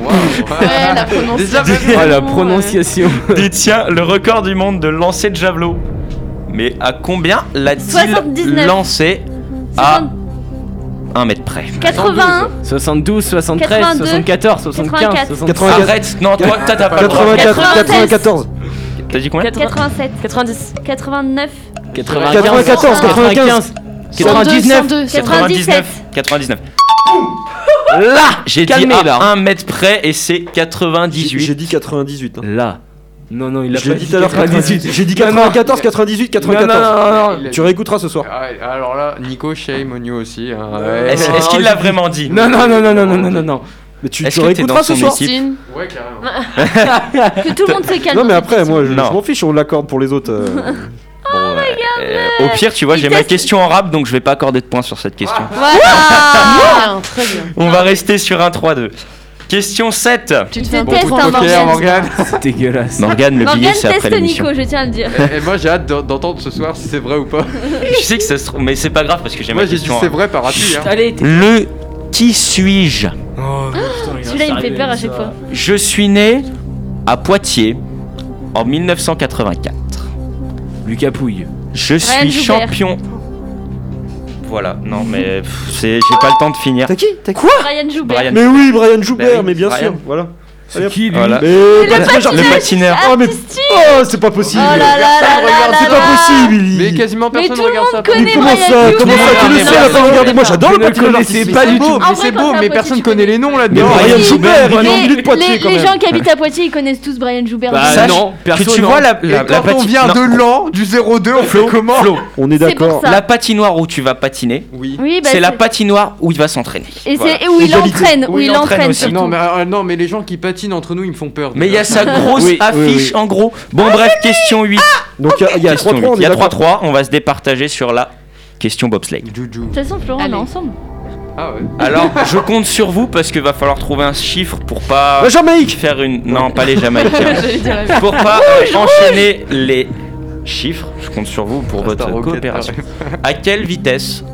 S8: Ouais, la prononciation.
S7: Ah la prononciation.
S5: détient le record du monde de lancer de javelot. Mais à combien l'a-t-il
S10: 79.
S5: lancé à 1 mètre près
S10: 81,
S7: 72, 73,
S10: 82,
S7: 74, 75,
S10: 84.
S7: 75.
S12: 84.
S5: Arrête Non, toi, t'as t'as pas le droit.
S12: 84, 94,
S5: T'as dit combien
S10: 87,
S9: 90.
S10: 89,
S12: 94, 95.
S7: 99.
S8: 102,
S10: 97.
S5: 99. Là J'ai dit
S7: Calmez, là.
S5: à 1 mètre près et c'est
S12: J'ai
S5: 98.
S12: j'ai dit
S11: Ah.
S12: 98. hein.
S7: Là. Non, non, il l'a
S12: Je l'ai
S7: pas
S12: dit tout à l'heure 98. J'ai dit 94, 98,
S7: Non, non, non,
S12: 94.
S7: non, non.
S6: Il a-
S12: Tu réécouteras ce soir.
S6: Ah, Alors là, Nico, shame on you aussi. hein.
S5: Est-ce est-ce qu'il l'a vraiment dit
S7: Non, non, non, non, non, non, non, non, non.
S12: Mais tu,
S5: Est-ce
S12: tu
S5: que t'es dans
S12: réécouteras ce
S5: son
S12: soir.
S5: équipe
S6: Ouais, carrément.
S10: que tout le monde se calme.
S12: Non, mais après, moi, je,
S5: Non.
S12: je m'en fiche, on l'accorde pour les autres. euh.
S5: Bon, euh, euh, Au pire, tu vois,
S10: Oh Il
S5: j'ai ma
S10: teste-
S5: question en rap, donc je vais pas accorder de points sur cette question.
S10: Voilà
S8: Ah, très bien.
S5: On va rester sur un 3-2. Question 7.
S8: Tu te
S10: Je
S8: fais
S10: Bon, teste,
S8: un
S10: écoute, hein,
S6: Pierre,
S10: Morgane.
S6: Morgane.
S7: C'est dégueulasse.
S5: Morgane, le billet,
S10: Morgane
S5: c'est après
S10: teste
S5: l'émission.
S10: Nico, je tiens à le dire.
S6: Et et moi, j'ai hâte d'en- d'entendre ce soir si c'est vrai ou pas.
S5: Je sais que ça se trouve, mais c'est pas grave parce que j'ai
S6: Moi,
S5: ma
S6: j'ai dit
S5: question. en
S6: c'est
S5: rap.
S6: vrai par appui. hein.
S7: Allez, t'es-
S5: Le qui suis-je
S7: Oh, putain, il
S10: Celui-là, il me fait peur à chaque fois.
S5: Je suis né à Poitiers en 1984.
S7: Lucas Pouille.
S5: Je
S10: Ryan
S5: suis
S10: Joubert.
S5: champion. voilà, non, mais pff, c'est- j'ai pas le temps de finir.
S11: T'as qui T'as
S10: Quoi Brian Joubert.
S5: Brian
S11: Mais
S5: Joubert.
S11: oui, Brian Joubert,
S5: Bah oui,
S11: mais bien
S5: Brian.
S11: sûr, voilà. C'est
S5: qui, lui
S11: voilà.
S5: Mais
S11: Mais
S5: le
S11: parce que
S5: patinage
S11: j'avais-
S5: patinage
S11: Oh, mais... oh c'est pas possible
S10: Oh là là là
S11: Regarde,
S10: là
S11: C'est
S8: Ah.
S10: là.
S11: pas possible, Lily.
S6: Mais quasiment
S10: Mais
S6: personne
S10: tout le
S6: regarde
S10: monde
S6: ça.
S10: connaît
S11: Comment
S10: Brian
S11: ça
S10: Joubert.
S11: Comment ça Tu le
S6: Mais
S11: sais,
S6: non,
S11: on l'a pas
S6: mais
S11: regardé Moi,
S6: non,
S11: j'adore
S6: je
S11: Oh, le
S6: ne
S11: patinage
S6: connaissais
S11: artistique.
S6: pas du tout.
S10: En
S6: Mais
S10: vrai,
S6: c'est
S10: quand
S6: beau,
S10: t'es à
S6: mais
S10: Poitiers,
S6: personne
S10: tu
S6: connaît
S10: connais.
S6: les noms là-dedans.
S11: Mais Brian Joubert, il est
S10: les,
S11: au milieu de Poitiers
S10: les
S11: quand même.
S10: gens qui habitent à Poitiers, ils connaissent tous Brian Joubert.
S6: Bah
S5: Sache
S6: non,
S5: que
S6: perso,
S5: tu
S6: non.
S5: vois la-
S6: Et
S5: la- la
S6: quand on
S5: pati-
S6: vient
S5: non.
S6: de l'an, du 02, on fait comment
S5: Flo,
S11: On est
S10: C'est pour
S11: d'accord.
S10: ça.
S5: la patinoire où tu vas patiner,
S6: Oui.
S10: Oui, bah,
S5: c'est la
S10: c'est-
S5: patinoire où il va s'entraîner.
S10: Et
S5: Voilà.
S10: c'est et où il
S5: Égalité.
S10: entraîne, où
S5: Oui,
S10: il
S5: il entraîne
S10: entraîne
S5: aussi.
S10: surtout.
S6: Non mais, euh, non, mais les gens qui patinent entre nous, ils me font peur.
S5: Mais il y a
S6: déjà.
S5: sa grosse
S11: Oui, oui,
S5: affiche
S11: oui.
S5: en gros.
S10: Ah,
S5: Bon, bref, question 8.
S11: Donc il y a- il y a
S7: Ah,
S5: Question
S11: 3
S5: 8.
S11: points, on
S5: Il y
S11: est
S5: a
S11: d'accord.
S5: 3-3, on va se départager sur la question bobsleigh.
S6: Joujou.
S10: De toute façon, Florent, on est
S8: Allez.
S10: ensemble.
S6: Ah ouais.
S5: Alors, je compte sur vous parce que va falloir trouver un chiffre pour pas
S11: La Jamaïque
S5: faire une. Non, pas les Jamaïcains.
S8: J'allais dire la même.
S5: pour pas euh, enchaîner les chiffres, je compte sur vous pour votre
S6: Star Rocket,
S5: coopération. À quelle vitesse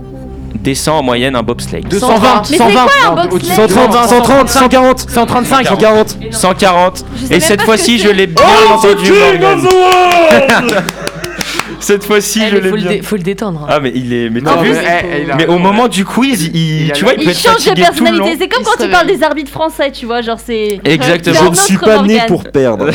S5: descend en moyenne un bobsleigh
S6: 220,
S10: Mais c'est quoi un
S6: Non, au-dessus
S10: boxeur
S6: de
S11: 130, 130, 140
S5: 135
S11: 140
S5: 140
S10: Je sais
S5: Et
S10: même
S5: cette
S10: pas
S5: fois-ci,
S10: ce
S5: je
S10: que
S5: l'ai bien
S11: Oh,
S5: entendu. Morgane. Cette fois-ci, je
S9: Elle,
S5: l'ai
S9: faut, le
S5: bien.
S9: dé- faut le détendre. hein.
S5: Ah, mais il est. Mais t'as
S6: Non,
S5: vu
S6: mais, eh, eh, il a-
S5: Mais au moment du quiz, il,
S6: Il a
S5: tu vois, il, peut
S10: Il
S5: être
S10: change de
S5: fatigué tout le long.
S10: personnalité. C'est comme
S8: Il
S10: quand
S8: se
S10: tu parles
S8: réveille.
S10: des arbitres français, tu vois. Genre, c'est.
S5: Exactement.
S10: C'est
S11: Je
S10: un
S11: ne suis
S10: autre
S11: pas né
S10: Morgane.
S11: pour perdre.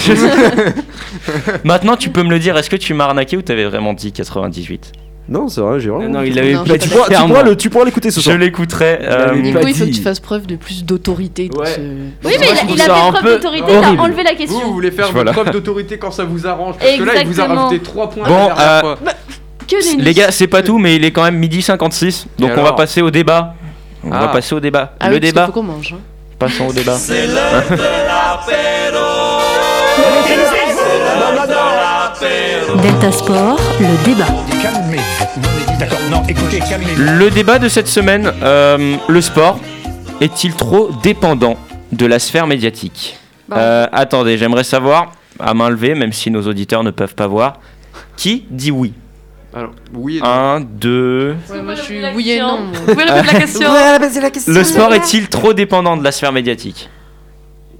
S5: Maintenant, tu peux me le dire. Est-ce que tu m'as arnaqué ou t'avais vraiment dit 98
S11: Non, c'est vrai, j'ai vraiment.
S7: Non, il
S8: avait
S7: avait
S8: Non, pas
S7: pas
S8: je
S11: Bah, tu
S8: dit
S11: pourras, tu pourras le- tu pourras l'écouter ce
S5: Je
S11: soir.
S5: l'écouterai. euh,
S7: Il
S8: Nico,
S7: m'a
S8: il faut
S7: dit.
S8: que tu fasses preuve de plus d'autorité. de
S7: Ouais.
S8: ce-
S10: Oui, mais
S5: je
S10: il a-
S5: trouve
S10: il a
S5: ça un
S10: fait
S5: peu
S10: preuve d'autorité. T'as
S7: horrible.
S10: enlevé la
S6: Vous,
S10: question.
S6: vous voulez faire
S5: Voilà.
S6: une preuve d'autorité quand ça vous arrange. Parce que là, il vous a
S10: Exactement.
S6: rajouté 3 points.
S5: Bon,
S6: la dernière
S5: euh,
S6: fois.
S10: Que nenni.
S5: Les gars, c'est pas tout, mais il est quand même midi 56. Donc
S6: Et
S5: on va
S6: alors
S5: passer au débat. On
S6: Ah.
S5: va passer au débat.
S8: Ah
S5: le
S8: oui, parce qu'il
S5: débat.
S8: faut qu'on mange. hein.
S5: Passons au débat.
S1: Delta Sport, le débat.
S3: Calmez-vous. D'accord, non, écoutez, calmez-vous.
S5: Le débat de cette semaine, euh, le sport est-il trop dépendant de la sphère médiatique
S9: Bah.
S5: Euh, Attendez, j'aimerais savoir, à main levée, même si nos auditeurs ne peuvent pas voir, qui dit oui
S6: Alors, oui. et non.
S5: 1, 2...
S8: Ouais, moi, je suis
S9: la
S8: oui et
S9: question.
S8: non.
S9: Vous pouvez répéter la question
S5: Le sport est-il trop dépendant de la sphère médiatique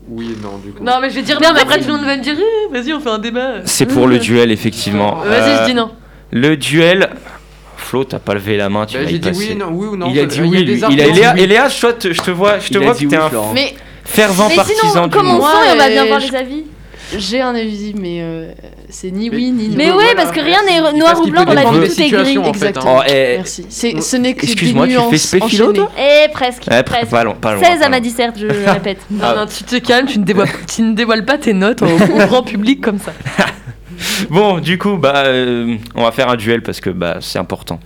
S6: Oui et non, du coup.
S9: Non, mais je vais dire non, mais après tout le monde va me dire Eh, vas-y, on fait un débat.
S5: C'est pour le duel, effectivement.
S9: Vas-y, je
S5: Euh,
S9: dis non.
S5: Le duel... Flo, t'as pas levé la main, tu
S6: Bah,
S5: vas
S6: j'ai
S5: y
S6: dit oui,
S5: passer.
S6: et non, oui ou non.
S7: Il a
S6: je-
S7: dit
S6: y
S7: oui,
S6: des
S7: lui. Il a
S5: Il a
S6: arguments.
S7: dit
S5: Léa, et Léa, je vois- je te vois, Ah, je te vois que t'es un
S8: Mais
S5: fervent
S10: Mais
S5: partisan
S10: sinon,
S5: du non.
S10: comment on sent et on va bien
S8: Ouais,
S10: voir
S8: je-
S10: les avis.
S8: j'ai un avis, mais euh, c'est ni
S6: Mais-
S8: oui ni non.
S10: Mais
S6: Voilà,
S10: ouais, parce que rien n'est
S6: parce
S10: noir
S6: qu'il
S10: ou blanc
S6: peut
S10: dans la
S6: dépendre
S10: vie,
S6: des
S10: tout est
S6: situations, en
S10: gris.
S6: fait, hein.
S8: Exactement.
S5: Oh, eh,
S8: Merci. C'est- Ce n'est que des
S5: Excuse-moi, tu
S8: nuances
S5: fais spéphilo, toi
S8: enchaînées.
S10: Eh, presque.
S5: Eh, pr-
S10: presque.
S5: pas loin, pas loin,
S10: 16
S5: pas
S10: à ma
S5: loin.
S10: 17, je le répète.
S5: Ah.
S9: Non, non, tu te calmes, tu ne dévoiles, tu ne dévoiles pas tes notes au, au grand public comme ça.
S5: Bon, du coup, bah, euh, on va faire un duel parce que bah, c'est important.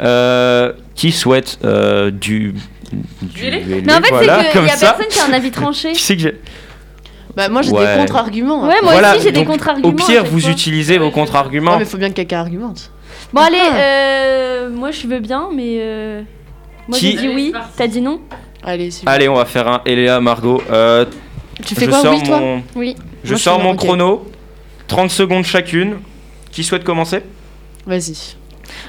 S5: Euh, qui souhaite euh, du,
S9: Dueler
S5: dueler,
S10: Mais en fait,
S5: voilà,
S10: c'est qu'il
S5: comme
S10: y a
S5: ça.
S10: personne qui a un avis tranché.
S5: Qui c'est que j'ai-
S8: Bah, moi, j'ai
S5: Ouais.
S8: des contre-arguments.
S10: Ouais, moi
S5: Voilà,
S10: aussi, j'ai des
S5: donc,
S10: contre-arguments.
S5: Au
S10: à
S5: pire,
S10: chaque
S5: vous
S10: fois.
S5: utilisez vos
S8: Non,
S5: contre-arguments.
S8: mais faut bien que quelqu'un argumente.
S10: Bon, allez, euh, moi je veux bien, mais. euh, Moi
S5: Qui-
S10: j'ai dit oui, t'as dit non
S8: Allez, c'est
S5: Allez, on va faire un Eléa, Margot. euh,
S8: Tu fais
S5: je
S8: quoi,
S5: sors
S8: oui, toi
S5: mon,
S10: Oui.
S8: Moi,
S5: je
S8: je
S5: sors
S8: fais
S5: mon
S8: non, ok.
S5: chrono. 30 secondes chacune. Qui souhaite commencer
S8: Vas-y.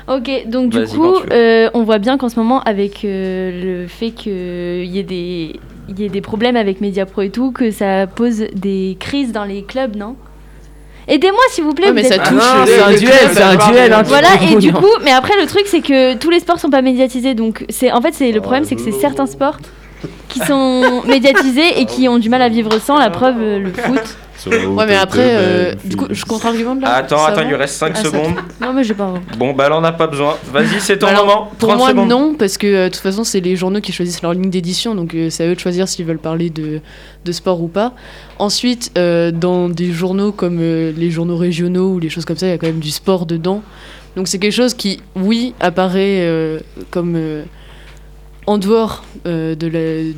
S10: Ok, donc du
S5: Vas-y,
S10: coup,
S5: quand tu veux.
S10: euh, on voit bien qu'en ce moment, avec euh, le fait qu'il y ait des. Il y ait des problèmes avec Mediapro et tout, que ça pose des crises dans les clubs, non Aidez-moi s'il vous
S8: Ouais,
S10: plaît, vous
S8: mais
S10: êtes-
S8: ça touche.
S7: non,
S8: euh,
S7: c'est un
S8: le
S7: duel,
S8: club.
S7: c'est un duel, hein,
S10: Voilà, et du
S7: Non.
S10: coup, mais après le truc c'est que tous les sports sont pas médiatisés, donc c'est en fait c'est le problème c'est que c'est certains sports qui sont médiatisés et qui ont du mal à vivre sans, la preuve euh, le foot.
S8: Ouais, mais après, euh, du coup, je contre-argumente là.
S5: Attends,
S8: Ça
S5: attends,
S8: va
S5: il lui reste 5
S8: Ah, ça va.
S5: secondes.
S10: Non mais j'ai pas
S5: Bon, bah là, on n'a pas besoin. Vas-y, c'est ton
S8: Bah, Alors,
S5: moment.
S8: Pour
S5: 30
S8: moi,
S5: secondes.
S8: non, parce que euh, de toute façon, c'est les journaux qui choisissent leur ligne d'édition, donc euh, c'est à eux de choisir s'ils veulent parler de, de sport ou pas. Ensuite, euh, dans des journaux comme euh, les journaux régionaux ou les choses comme ça, il y a quand même du sport dedans. Donc c'est quelque chose qui, oui, apparaît euh, comme euh, en dehors euh, de la.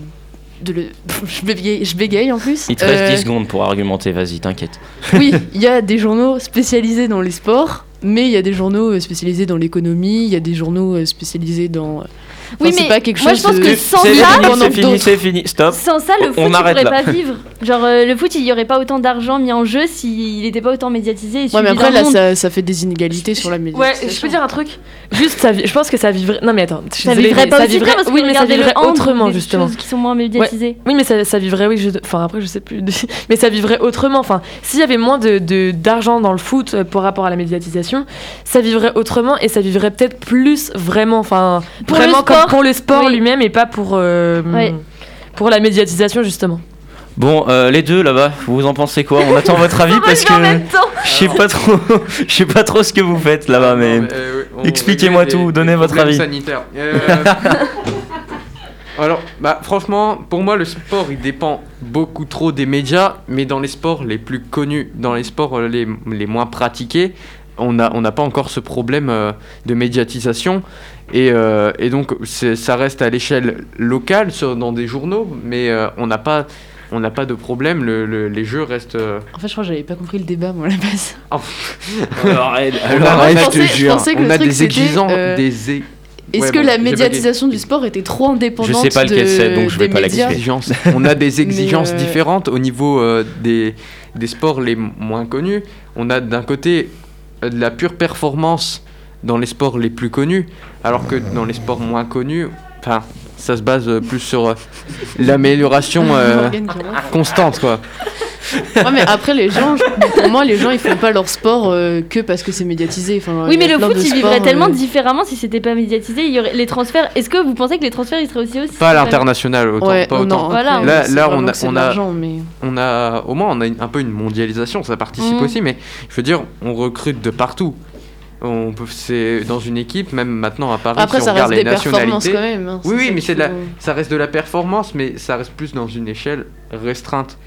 S8: De le... je, bégaye, je bégaye en plus.
S5: Il te reste
S8: Euh,
S5: 10 secondes pour argumenter, vas-y, t'inquiète.
S8: oui, il y a des journaux spécialisés dans les sports, mais il y a des journaux euh, spécialisés dans l'économie, il y a des journaux euh, spécialisés dans euh,
S10: Oui,
S3: c'est
S10: mais
S3: pas quelque
S10: moi,
S3: chose
S10: je pense
S3: de-
S10: que sans
S5: Euh, C'est
S10: ça-
S5: fini,
S10: Pendant
S5: c'est
S10: que
S5: fini,
S10: d'autres-
S5: c'est fini. Stop.
S10: Sans ça, le
S5: on
S10: foot, il
S5: arrête
S10: pourrait
S5: là.
S10: pas vivre. Genre, euh, le foot, il y aurait pas autant d'argent mis en jeu s'il n'était pas autant médiatisé. Et
S3: Ouais,
S10: suivi
S3: mais après,
S10: dans le
S3: là,
S10: monde.
S3: ça, ça fait des inégalités sur la médiation.
S9: Ouais, je peux dire un truc Juste, ça vi- je pense que ça vivrait. Non, mais attends, je suis
S10: Ça
S9: désolée,
S10: vivrait
S9: mais
S10: pas
S9: ça
S10: aussi bien
S9: vivrait-
S10: parce que
S9: Oui, mais ça
S10: regardez le
S9: vivrait
S10: hand,
S9: autrement,
S10: des
S9: justement.
S10: choses qui sont moins médiatisées.
S9: Ouais. Oui, mais ça, ça vivrait, oui. Je... Enfin, après, je sais plus. mais ça vivrait autrement. Enfin, s'il y avait moins de- de- d'argent dans le foot euh, par rapport à la médiatisation, ça vivrait autrement et ça vivrait peut-être plus vraiment. Enfin,
S10: Pour le
S9: vraiment comme
S10: sport,
S9: pour le sport
S10: oui.
S9: lui-même et pas pour. euh,
S10: Ouais.
S9: Pour la médiatisation, justement.
S5: Bon, euh, les deux là-bas, vous en pensez quoi On attend votre
S10: Ah,
S5: avis parce que je sais pas trop, je sais pas trop ce que vous faites là-bas, mais,
S6: euh, oui, on
S5: expliquez-moi
S6: réglait
S5: tout,
S6: des-
S5: donnez
S6: des
S5: votre
S6: problèmes
S5: avis.
S6: sanitaires. Euh, Alors, bah, franchement, pour moi, le sport, il dépend beaucoup trop des médias, mais dans les sports les plus connus, dans les sports euh, les, les moins pratiqués, on n'a on n'a pas encore ce problème euh, de médiatisation. Et, euh, et donc, c'est- ça reste à l'échelle locale, sur- dans des journaux, mais euh, on n'a pas, on n'a pas de problème. le- le- les jeux restent. euh,
S3: En fait, je crois que j'avais pas compris le débat, moi, à la base.
S5: Alors, arrête,
S6: on
S5: alors,
S6: arrête,
S3: je
S6: je
S3: pensais-
S6: te
S3: je
S6: jure.
S3: pensais que
S6: on
S3: le
S6: a
S3: truc,
S6: des
S3: c'était,
S6: exigeants,
S3: euh,
S6: des é-
S3: Est-ce
S6: Ouais,
S3: que
S6: bon,
S3: la
S6: j'ai pas dit.
S3: médiatisation du sport était trop indépendante
S5: Je sais pas lequel
S3: de-
S5: c'est, donc je vais
S3: des
S5: pas
S3: médias
S5: l'activer.
S6: exigences. On a des exigences
S3: euh,
S6: différentes au niveau euh, des, des sports les m- moins connus. On a d'un côté euh, de la pure performance dans les sports les plus connus, alors que dans les sports moins connus, enfin, ça se base euh, plus sur euh, l'amélioration euh,
S3: Morgane qui rentre.
S6: constante, quoi.
S3: Ouais, mais après, les gens, je- pour moi, les gens, ils font pas leur sport euh, que parce que c'est médiatisé. Enfin, il
S10: Oui,
S3: y
S10: mais
S3: a
S10: le
S3: plein
S10: foot,
S3: de
S10: il
S3: sports,
S10: vivrait
S3: euh,
S10: tellement différemment si c'était pas médiatisé. Il y aurait les transferts. Est-ce que vous pensez que les transferts, ils seraient aussi aussi
S6: Pas à l'international, autant,
S3: Ouais,
S6: pas
S3: on
S6: autant.
S3: en-
S10: Voilà.
S3: après,
S6: Là-
S3: c'est
S6: là,
S3: vraiment
S6: on a-
S3: que c'est de
S6: on a-
S3: l'argent, mais-
S6: on a au moins on a une- un peu une mondialisation, ça participe
S3: Mm.
S6: aussi, mais je veux dire, on recrute de partout. On peut, c'est dans une équipe, même maintenant à Paris,
S3: Après,
S6: si on
S3: ça
S6: regarde
S3: reste des
S6: les
S3: performances
S6: nationalités.
S3: quand même. hein,
S6: oui, oui,
S3: ça
S6: mais
S3: qu'il
S6: c'est de la,
S3: faut-
S6: ça reste de la performance, mais ça reste plus dans une échelle restreinte.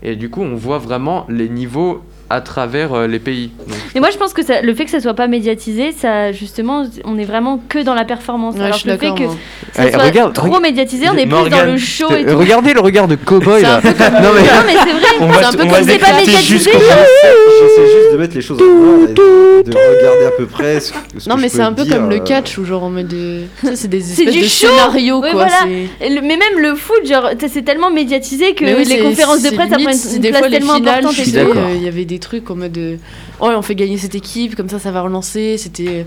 S6: Et du coup, on voit vraiment les niveaux à travers euh, les pays. Donc,
S10: Mais moi, je pense que ça- le fait que ça soit pas médiatisé, ça justement, on est vraiment que dans la performance.
S3: Ouais, je
S10: Alors
S3: suis
S10: que le fait
S3: d'accord,
S10: que
S3: moi.
S10: ça
S6: Allez,
S10: soit
S6: regarde,
S10: trop
S6: regarde.
S10: médiatisé, on est plus dans
S5: Morgane,
S10: le show et tout.
S6: regardez le regard de cowboy là. non mais
S10: Non, mais c'est vrai.
S5: on
S3: c'est
S5: va,
S3: un peu
S5: on
S3: comme
S5: va
S10: si c'est pas
S5: décrypter
S10: médiatisé.
S5: jusqu'au
S11: J'essaie juste de mettre les choses en ordre et de, de regarder à peu près ce que- ce
S3: Non,
S11: que
S3: mais
S11: je
S3: c'est
S11: peux
S3: un peu
S11: dire,
S3: comme le
S11: euh,
S3: catch où, genre, en mode. euh, ça, c'est des
S10: C'est
S3: espèces
S10: du
S3: de
S10: show.
S3: scénarios,
S10: Ouais,
S3: quoi.
S10: voilà.
S3: c'est-
S10: Et le- Mais même le foot, genre, t- c'est tellement médiatisé que
S3: Mais oui,
S10: les
S3: c'est-
S10: conférences de
S3: c'est
S10: presse, ça prend
S3: limite,
S10: une,
S3: si
S10: une
S3: des
S10: place
S3: fois, les
S10: tellement
S3: finales,
S10: importante.
S3: tu
S10: et
S3: sais,
S10: tout.
S3: euh, Il y avait des trucs en mode euh, oh on fait gagner cette équipe comme ça ça va relancer c'était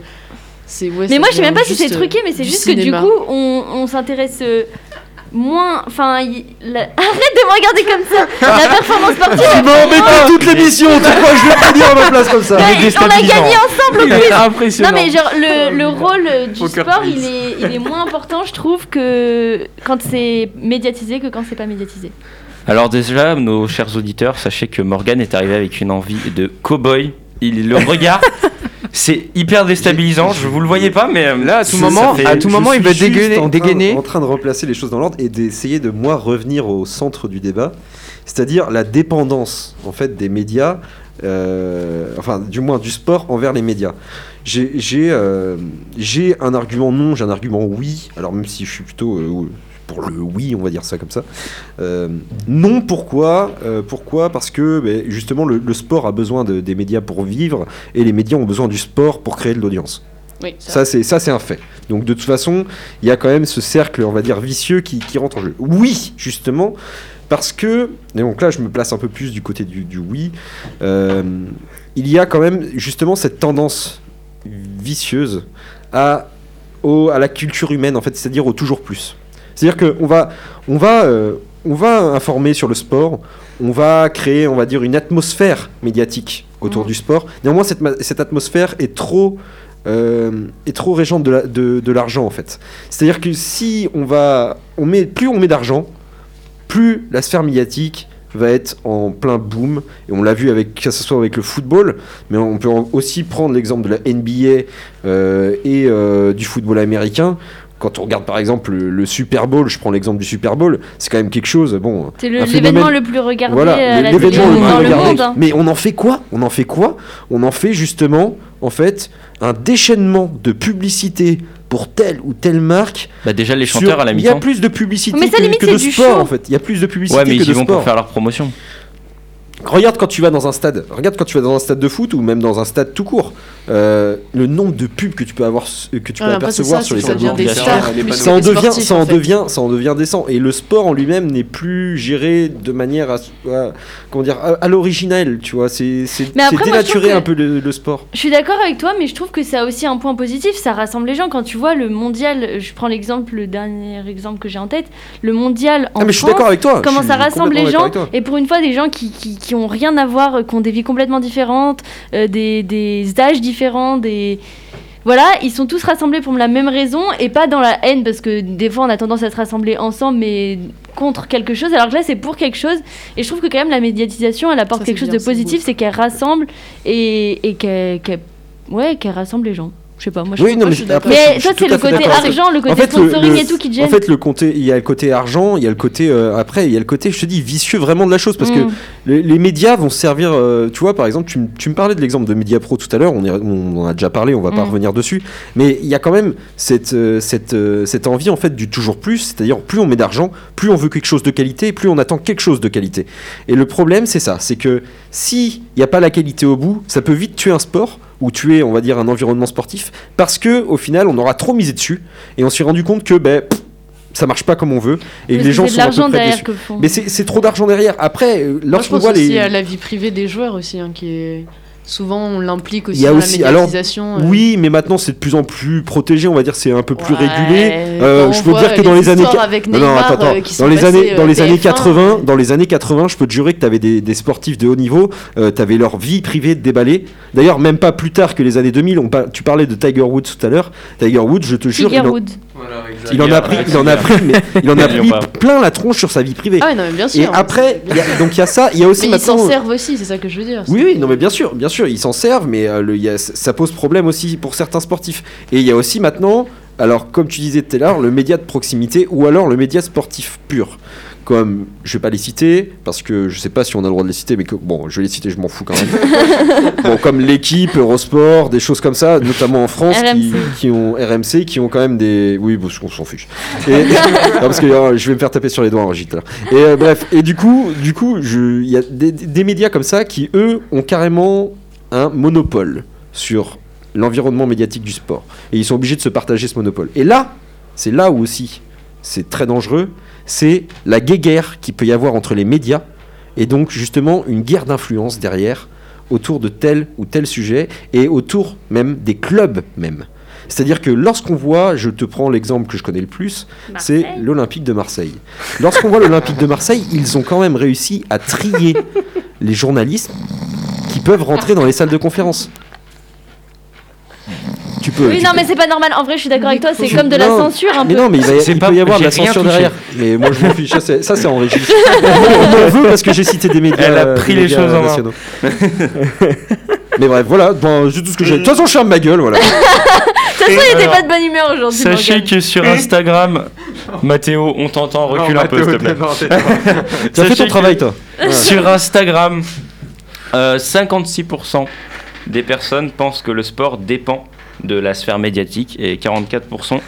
S3: c'est ouais,
S10: Mais
S3: ça
S10: moi, je sais
S3: devient
S10: même pas si c'est
S3: juste, euh,
S10: truqué, mais c'est
S3: du
S10: juste
S3: cinéma.
S10: que du coup, on, on s'intéresse euh, moins. Enfin, y- la- arrête de me regarder comme ça. La performance sportive.
S11: Tu m'as embêté toute l'émission, tu crois que je vais pas dire à ma place comme ça
S10: bah, on a gagné ensemble en plus. Non
S6: impressionnant.
S10: mais genre le, le rôle euh, du
S6: Poker
S10: sport
S6: face.
S10: il est, il est moins important je trouve que quand c'est médiatisé que quand c'est pas médiatisé.
S5: Alors déjà, nos chers auditeurs, sachez que Morgan est arrivé avec une envie de cow-boy. Il le regarde. C'est hyper déstabilisant, je vous le voyez pas, mais euh,
S6: Là, à tout
S5: ça-
S6: moment-
S5: ça fait-
S6: à tout
S11: Je
S6: moment,
S11: suis
S6: il va
S11: juste
S6: dégainer-
S11: En train,
S6: dégainer.
S11: en train de replacer les choses dans l'ordre et d'essayer de moi revenir au centre du débat, c'est-à-dire la dépendance en fait des médias, euh, enfin du moins du sport envers les médias. J'ai j'ai, euh, j'ai un argument non, j'ai un argument oui. Alors même si je suis plutôt euh, pour le oui, on va dire ça comme ça. Euh, non, pourquoi Euh, Pourquoi Parce que ben, justement le, le sport a besoin de- des médias pour vivre et les médias ont besoin du sport pour créer de l'audience.
S3: oui, ça.
S11: Ça, c'est ça, c'est un fait. Donc, de toute façon, il y a quand même ce cercle, on va dire, vicieux qui, qui rentre en jeu. Oui, justement, parce que. Et donc là, je me place un peu plus du côté du, du oui. Euh, il y a quand même, justement, cette tendance vicieuse à, au- à la culture humaine, en fait, c'est-à-dire au toujours plus. C'est-à-dire qu'on va, on va, euh, on va informer sur le sport, on va créer, on va dire, une atmosphère médiatique autour
S3: Mhm.
S11: du sport. Néanmoins, cette, ma- cette atmosphère est trop, euh, est trop régente de la- de de l'argent, en fait. C'est-à-dire que si on va, on met, plus on met d'argent, plus la sphère médiatique va être en plein boom. Et on l'a vu avec, que ce soit avec le football, mais on peut en- aussi prendre l'exemple de la NBA euh, et euh, du football américain. Quand on regarde par exemple le, le Super Bowl, je prends l'exemple du Super Bowl, c'est quand même quelque chose. Bon,
S10: C'est le-
S11: Un
S10: l'événement
S11: phénomène-
S10: le plus regardé euh, à
S11: voilà,
S10: la
S11: l'é-
S10: télé
S11: l'événement le plus
S10: dans le
S11: regardé.
S10: monde. hein.
S11: Mais on en fait quoi On en fait quoi On en fait justement, en fait, un déchaînement de publicité pour telle ou telle marque.
S5: Bah déjà les
S11: sur-
S5: chanteurs à la
S11: Il y a
S5: mi-temps.
S11: plus de publicité
S10: Mais ça,
S11: que,
S10: limite,
S11: que de
S10: c'est du
S11: sport,
S10: show.
S11: en fait. Il y a plus de publicité
S5: Ouais, mais
S11: que
S5: ils y
S11: de
S5: vont pour
S11: sport.
S5: faire leur promotion.
S11: Regarde quand tu vas dans un stade. Regarde quand tu vas dans un stade de foot ou même dans un stade tout court. euh, le nombre de pubs que tu peux avoir que
S13: Ah, mais
S11: tu peux
S13: après, c'est
S11: apercevoir
S13: ça,
S11: sur les
S13: c'est ça
S11: tableaux.
S13: devient des stars plus que
S11: ça en
S13: des
S11: devient
S13: sportifs,
S11: ça en
S13: en fait.
S11: devient ça en devient décent et le sport en lui-même n'est plus géré de manière à, à- comment dire à, à l'original tu vois c'est c'est
S10: Mais après,
S11: c'est
S10: moi, je trouve
S11: dénaturé
S10: que-
S11: un peu le, le sport
S10: Je suis d'accord avec toi, mais je trouve que ça a aussi un point positif. Ça rassemble les gens. Quand tu vois le mondial, je prends l'exemple, le dernier exemple que j'ai en tête, le mondial en
S11: Ah, mais je suis
S10: France,
S11: d'accord avec toi.
S10: Comment
S11: Je
S10: ça
S11: suis
S10: rassemble les
S11: complètement
S10: gens
S11: d'accord avec toi.
S10: Et pour une fois, des gens qui, qui, qui ont rien à voir, euh, qui ont des vies complètement différentes, euh, des, des âges différents, des. Voilà, ils sont tous rassemblés pour la même raison et pas dans la haine parce que des fois on a tendance à se rassembler ensemble mais contre quelque chose alors que là c'est pour quelque chose et je trouve que quand même la médiatisation elle apporte
S13: Ça, c'est
S10: quelque chose
S13: bien,
S10: de
S13: c'est beau.
S10: positif c'est qu'elle rassemble et, et qu'elle qu'elle- ouais, qu'elle rassemble les gens. Je sais pas, moi je
S11: Oui,
S10: trouve
S11: non,
S10: pas-
S11: mais
S10: je suis d'accord.
S11: après,
S10: Mais
S11: je suis
S10: toi,
S11: tout
S10: c'est
S11: à
S10: le
S11: fait
S10: côté
S11: d'accord.
S10: argent, le côté
S11: En fait, le-
S10: sponsoring
S11: le-
S10: et tout qui te
S11: En
S10: gêne.
S11: fait, le côté, il y a le côté argent, il y a le côté euh, après, il y a le côté, je te dis, vicieux vraiment de la chose parce que
S10: Mm.
S11: les, les médias vont servir. euh, tu vois, par exemple, tu, m- tu me parlais de l'exemple de Mediapro tout à l'heure. On, est- on en a déjà parlé, on va pas
S14: Mm.
S11: revenir dessus, mais il y a quand même cette euh, cette euh, cette envie en fait du toujours plus. C'est-à-dire, plus on met d'argent, plus on veut quelque chose de qualité, plus on attend quelque chose de qualité. Et le problème, c'est ça, c'est que si il n'y a pas la qualité au bout, ça peut vite tuer un sport ou tuer, on va dire, un environnement sportif, parce que au final, on aura trop misé dessus et on s'est rendu compte que ben pff, ça marche pas comme on veut et
S10: Parce
S11: les
S10: que
S11: gens
S10: c'est de
S11: sont à peu
S10: l'argent
S11: près
S10: derrière
S11: déçus.
S10: que font.
S11: Mais c'est c'est trop d'argent derrière. Après, euh,
S13: Moi, je
S11: lorsqu'on
S13: pense
S11: voit
S13: aussi
S11: les
S13: à la vie privée des joueurs aussi, hein, qui est souvent on l'implique aussi
S11: il y a
S13: dans
S11: aussi
S13: la
S11: alors
S13: médiatisation. euh.
S11: oui mais maintenant c'est de plus en plus protégé on va dire c'est un peu plus
S13: Ouais,
S11: régulé Euh,
S13: quand
S11: je
S13: on
S11: peux
S13: voit
S11: dire que
S13: les
S11: dans les années
S13: histoires
S11: qua-
S13: avec
S11: Non, non,
S13: Neymar,
S11: attends, attends.
S13: euh, qui sont
S11: dans les
S13: passées,
S11: années
S13: euh,
S11: dans les années
S13: TF1,
S11: 80 dans les années 80 je peux te jurer que t'avais des, des sportifs de haut niveau euh, t'avais leur vie privée déballée d'ailleurs même pas plus tard que les années 2000 on par- tu parlais de Tiger Woods tout à l'heure Tiger Woods je te jure
S10: Tiger
S11: il en-
S10: Woods.
S11: il en a pris, il en a pris, mais il en a
S5: N'oublions
S11: pris
S5: pas.
S11: plein la tronche sur sa vie privée.
S13: Ah ouais, non, mais bien sûr,
S11: Et
S13: hein,
S11: après, il y a- donc il y a ça, il y a aussi
S13: Mais ils
S11: maintenant. euh,
S13: s'en servent aussi, c'est ça que je veux dire.
S11: Oui, oui, non, mais bien sûr, bien sûr, ils s'en servent, mais euh, le- il y a- ça pose problème aussi pour certains sportifs. Et il y a aussi maintenant, alors comme tu disais tout à l'heure, le média de proximité ou alors le média sportif pur. Comme, je vais pas les citer, parce que je sais pas si on a le droit de les citer, mais que, bon, je vais les citer, je m'en fous quand même. bon, comme l'équipe, Eurosport, des choses comme ça, notamment en France, qui, qui ont RMC, qui ont quand même des. Oui, parce qu'on s'en fiche. Et- non, parce que euh, je vais me faire taper sur les doigts en gîte là. Et euh, bref, et du coup, du coup, je- il y a des, des médias comme ça qui eux ont carrément un monopole sur l'environnement médiatique du sport et ils sont obligés de se partager ce monopole. Et là, c'est là où aussi c'est très dangereux, c'est la guéguerre qui peut y avoir entre les médias et donc justement une guerre d'influence derrière autour de tel ou tel sujet et autour même des clubs même. C'est-à-dire que lorsqu'on voit, je te prends l'exemple que je connais le plus, c'est l'Olympique de Marseille. Lorsqu'on voit l'Olympique de Marseille, ils ont quand même réussi à trier les journalistes qui peuvent rentrer dans les salles de conférence. Tu peux.
S10: Oui,
S11: tu
S10: non,
S11: peux.
S10: mais c'est pas normal. En vrai, je suis d'accord avec toi, c'est
S11: Tu-
S10: comme de la
S11: non,
S10: censure un
S11: mais
S10: peu.
S11: non, mais il, va y-
S5: C'est
S11: il
S5: pas-
S11: peut y avoir de la
S5: j'ai rien
S11: censure
S5: touché.
S11: derrière. Mais moi, je m'en fiche. Ça, c'est ça, c'est enregistré. on m'en veut parce que j'ai cité des médias. euh,
S5: Elle a pris les
S11: des médias
S5: choses en main.
S11: nationaux. mais bref, voilà. Bon, c'est tout ce que j'ai. De toute façon, je ferme ma gueule. Voilà.
S10: De toute façon, il était
S5: Alors,
S10: pas de bonne humeur aujourd'hui.
S5: Sachez
S10: Morgane.
S5: que
S11: Eh
S5: sur Instagram, Mathéo, on t'entend, recule un peu, s'il te plaît.
S11: T'as fait
S5: Sachez
S11: ton
S5: que
S11: travail, toi.
S5: Sur Instagram, euh, 56% des personnes pensent que le sport dépend de la sphère médiatique et 44%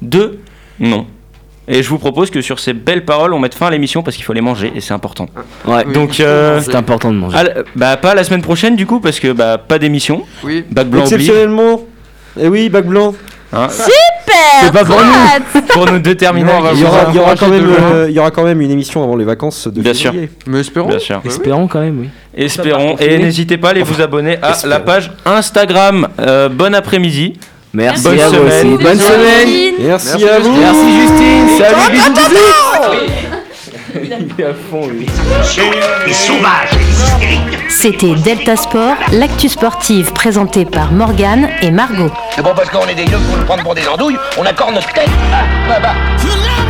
S5: de non. Et je vous propose que sur ces belles paroles, on mette fin à l'émission parce qu'il faut les manger et c'est important.
S7: Ouais.
S5: Donc, euh,
S7: c'est important de manger.
S5: à la- bah, pas la semaine prochaine du coup parce que bah, pas d'émission.
S6: Oui.
S5: Bac blanc oblige.
S11: Exceptionnellement. Eh oui, bac blanc.
S5: Hein.
S10: Super
S5: C'est pas pour
S10: What
S5: nous, pour nous deux terminants.
S11: Il y aura, il y aura quand même, euh, il y aura quand même une émission avant les vacances de
S5: Bien sûr.
S11: février.
S6: Mais espérons.
S5: Bien sûr.
S7: Espérons quand même, oui.
S5: Espérons et n'hésitez pas à aller vous abonner à la page Instagram. Euh, bon après-midi.
S7: Merci
S5: Bonne
S7: à vous
S5: semaine.
S7: aussi. Bonne semaine.
S11: Merci, à vous.
S7: Merci Justine. Salut, bisous, bisous.
S8: Des sauvages, des hystériques.
S9: C'était Delta Sport, l'actu sportive présentée par Morgane et Margot.
S3: C'est pas parce qu'on est des gueux pour nous prendre pour des andouilles, on accorde notre tête. Ah, bah, bah.
S8: You know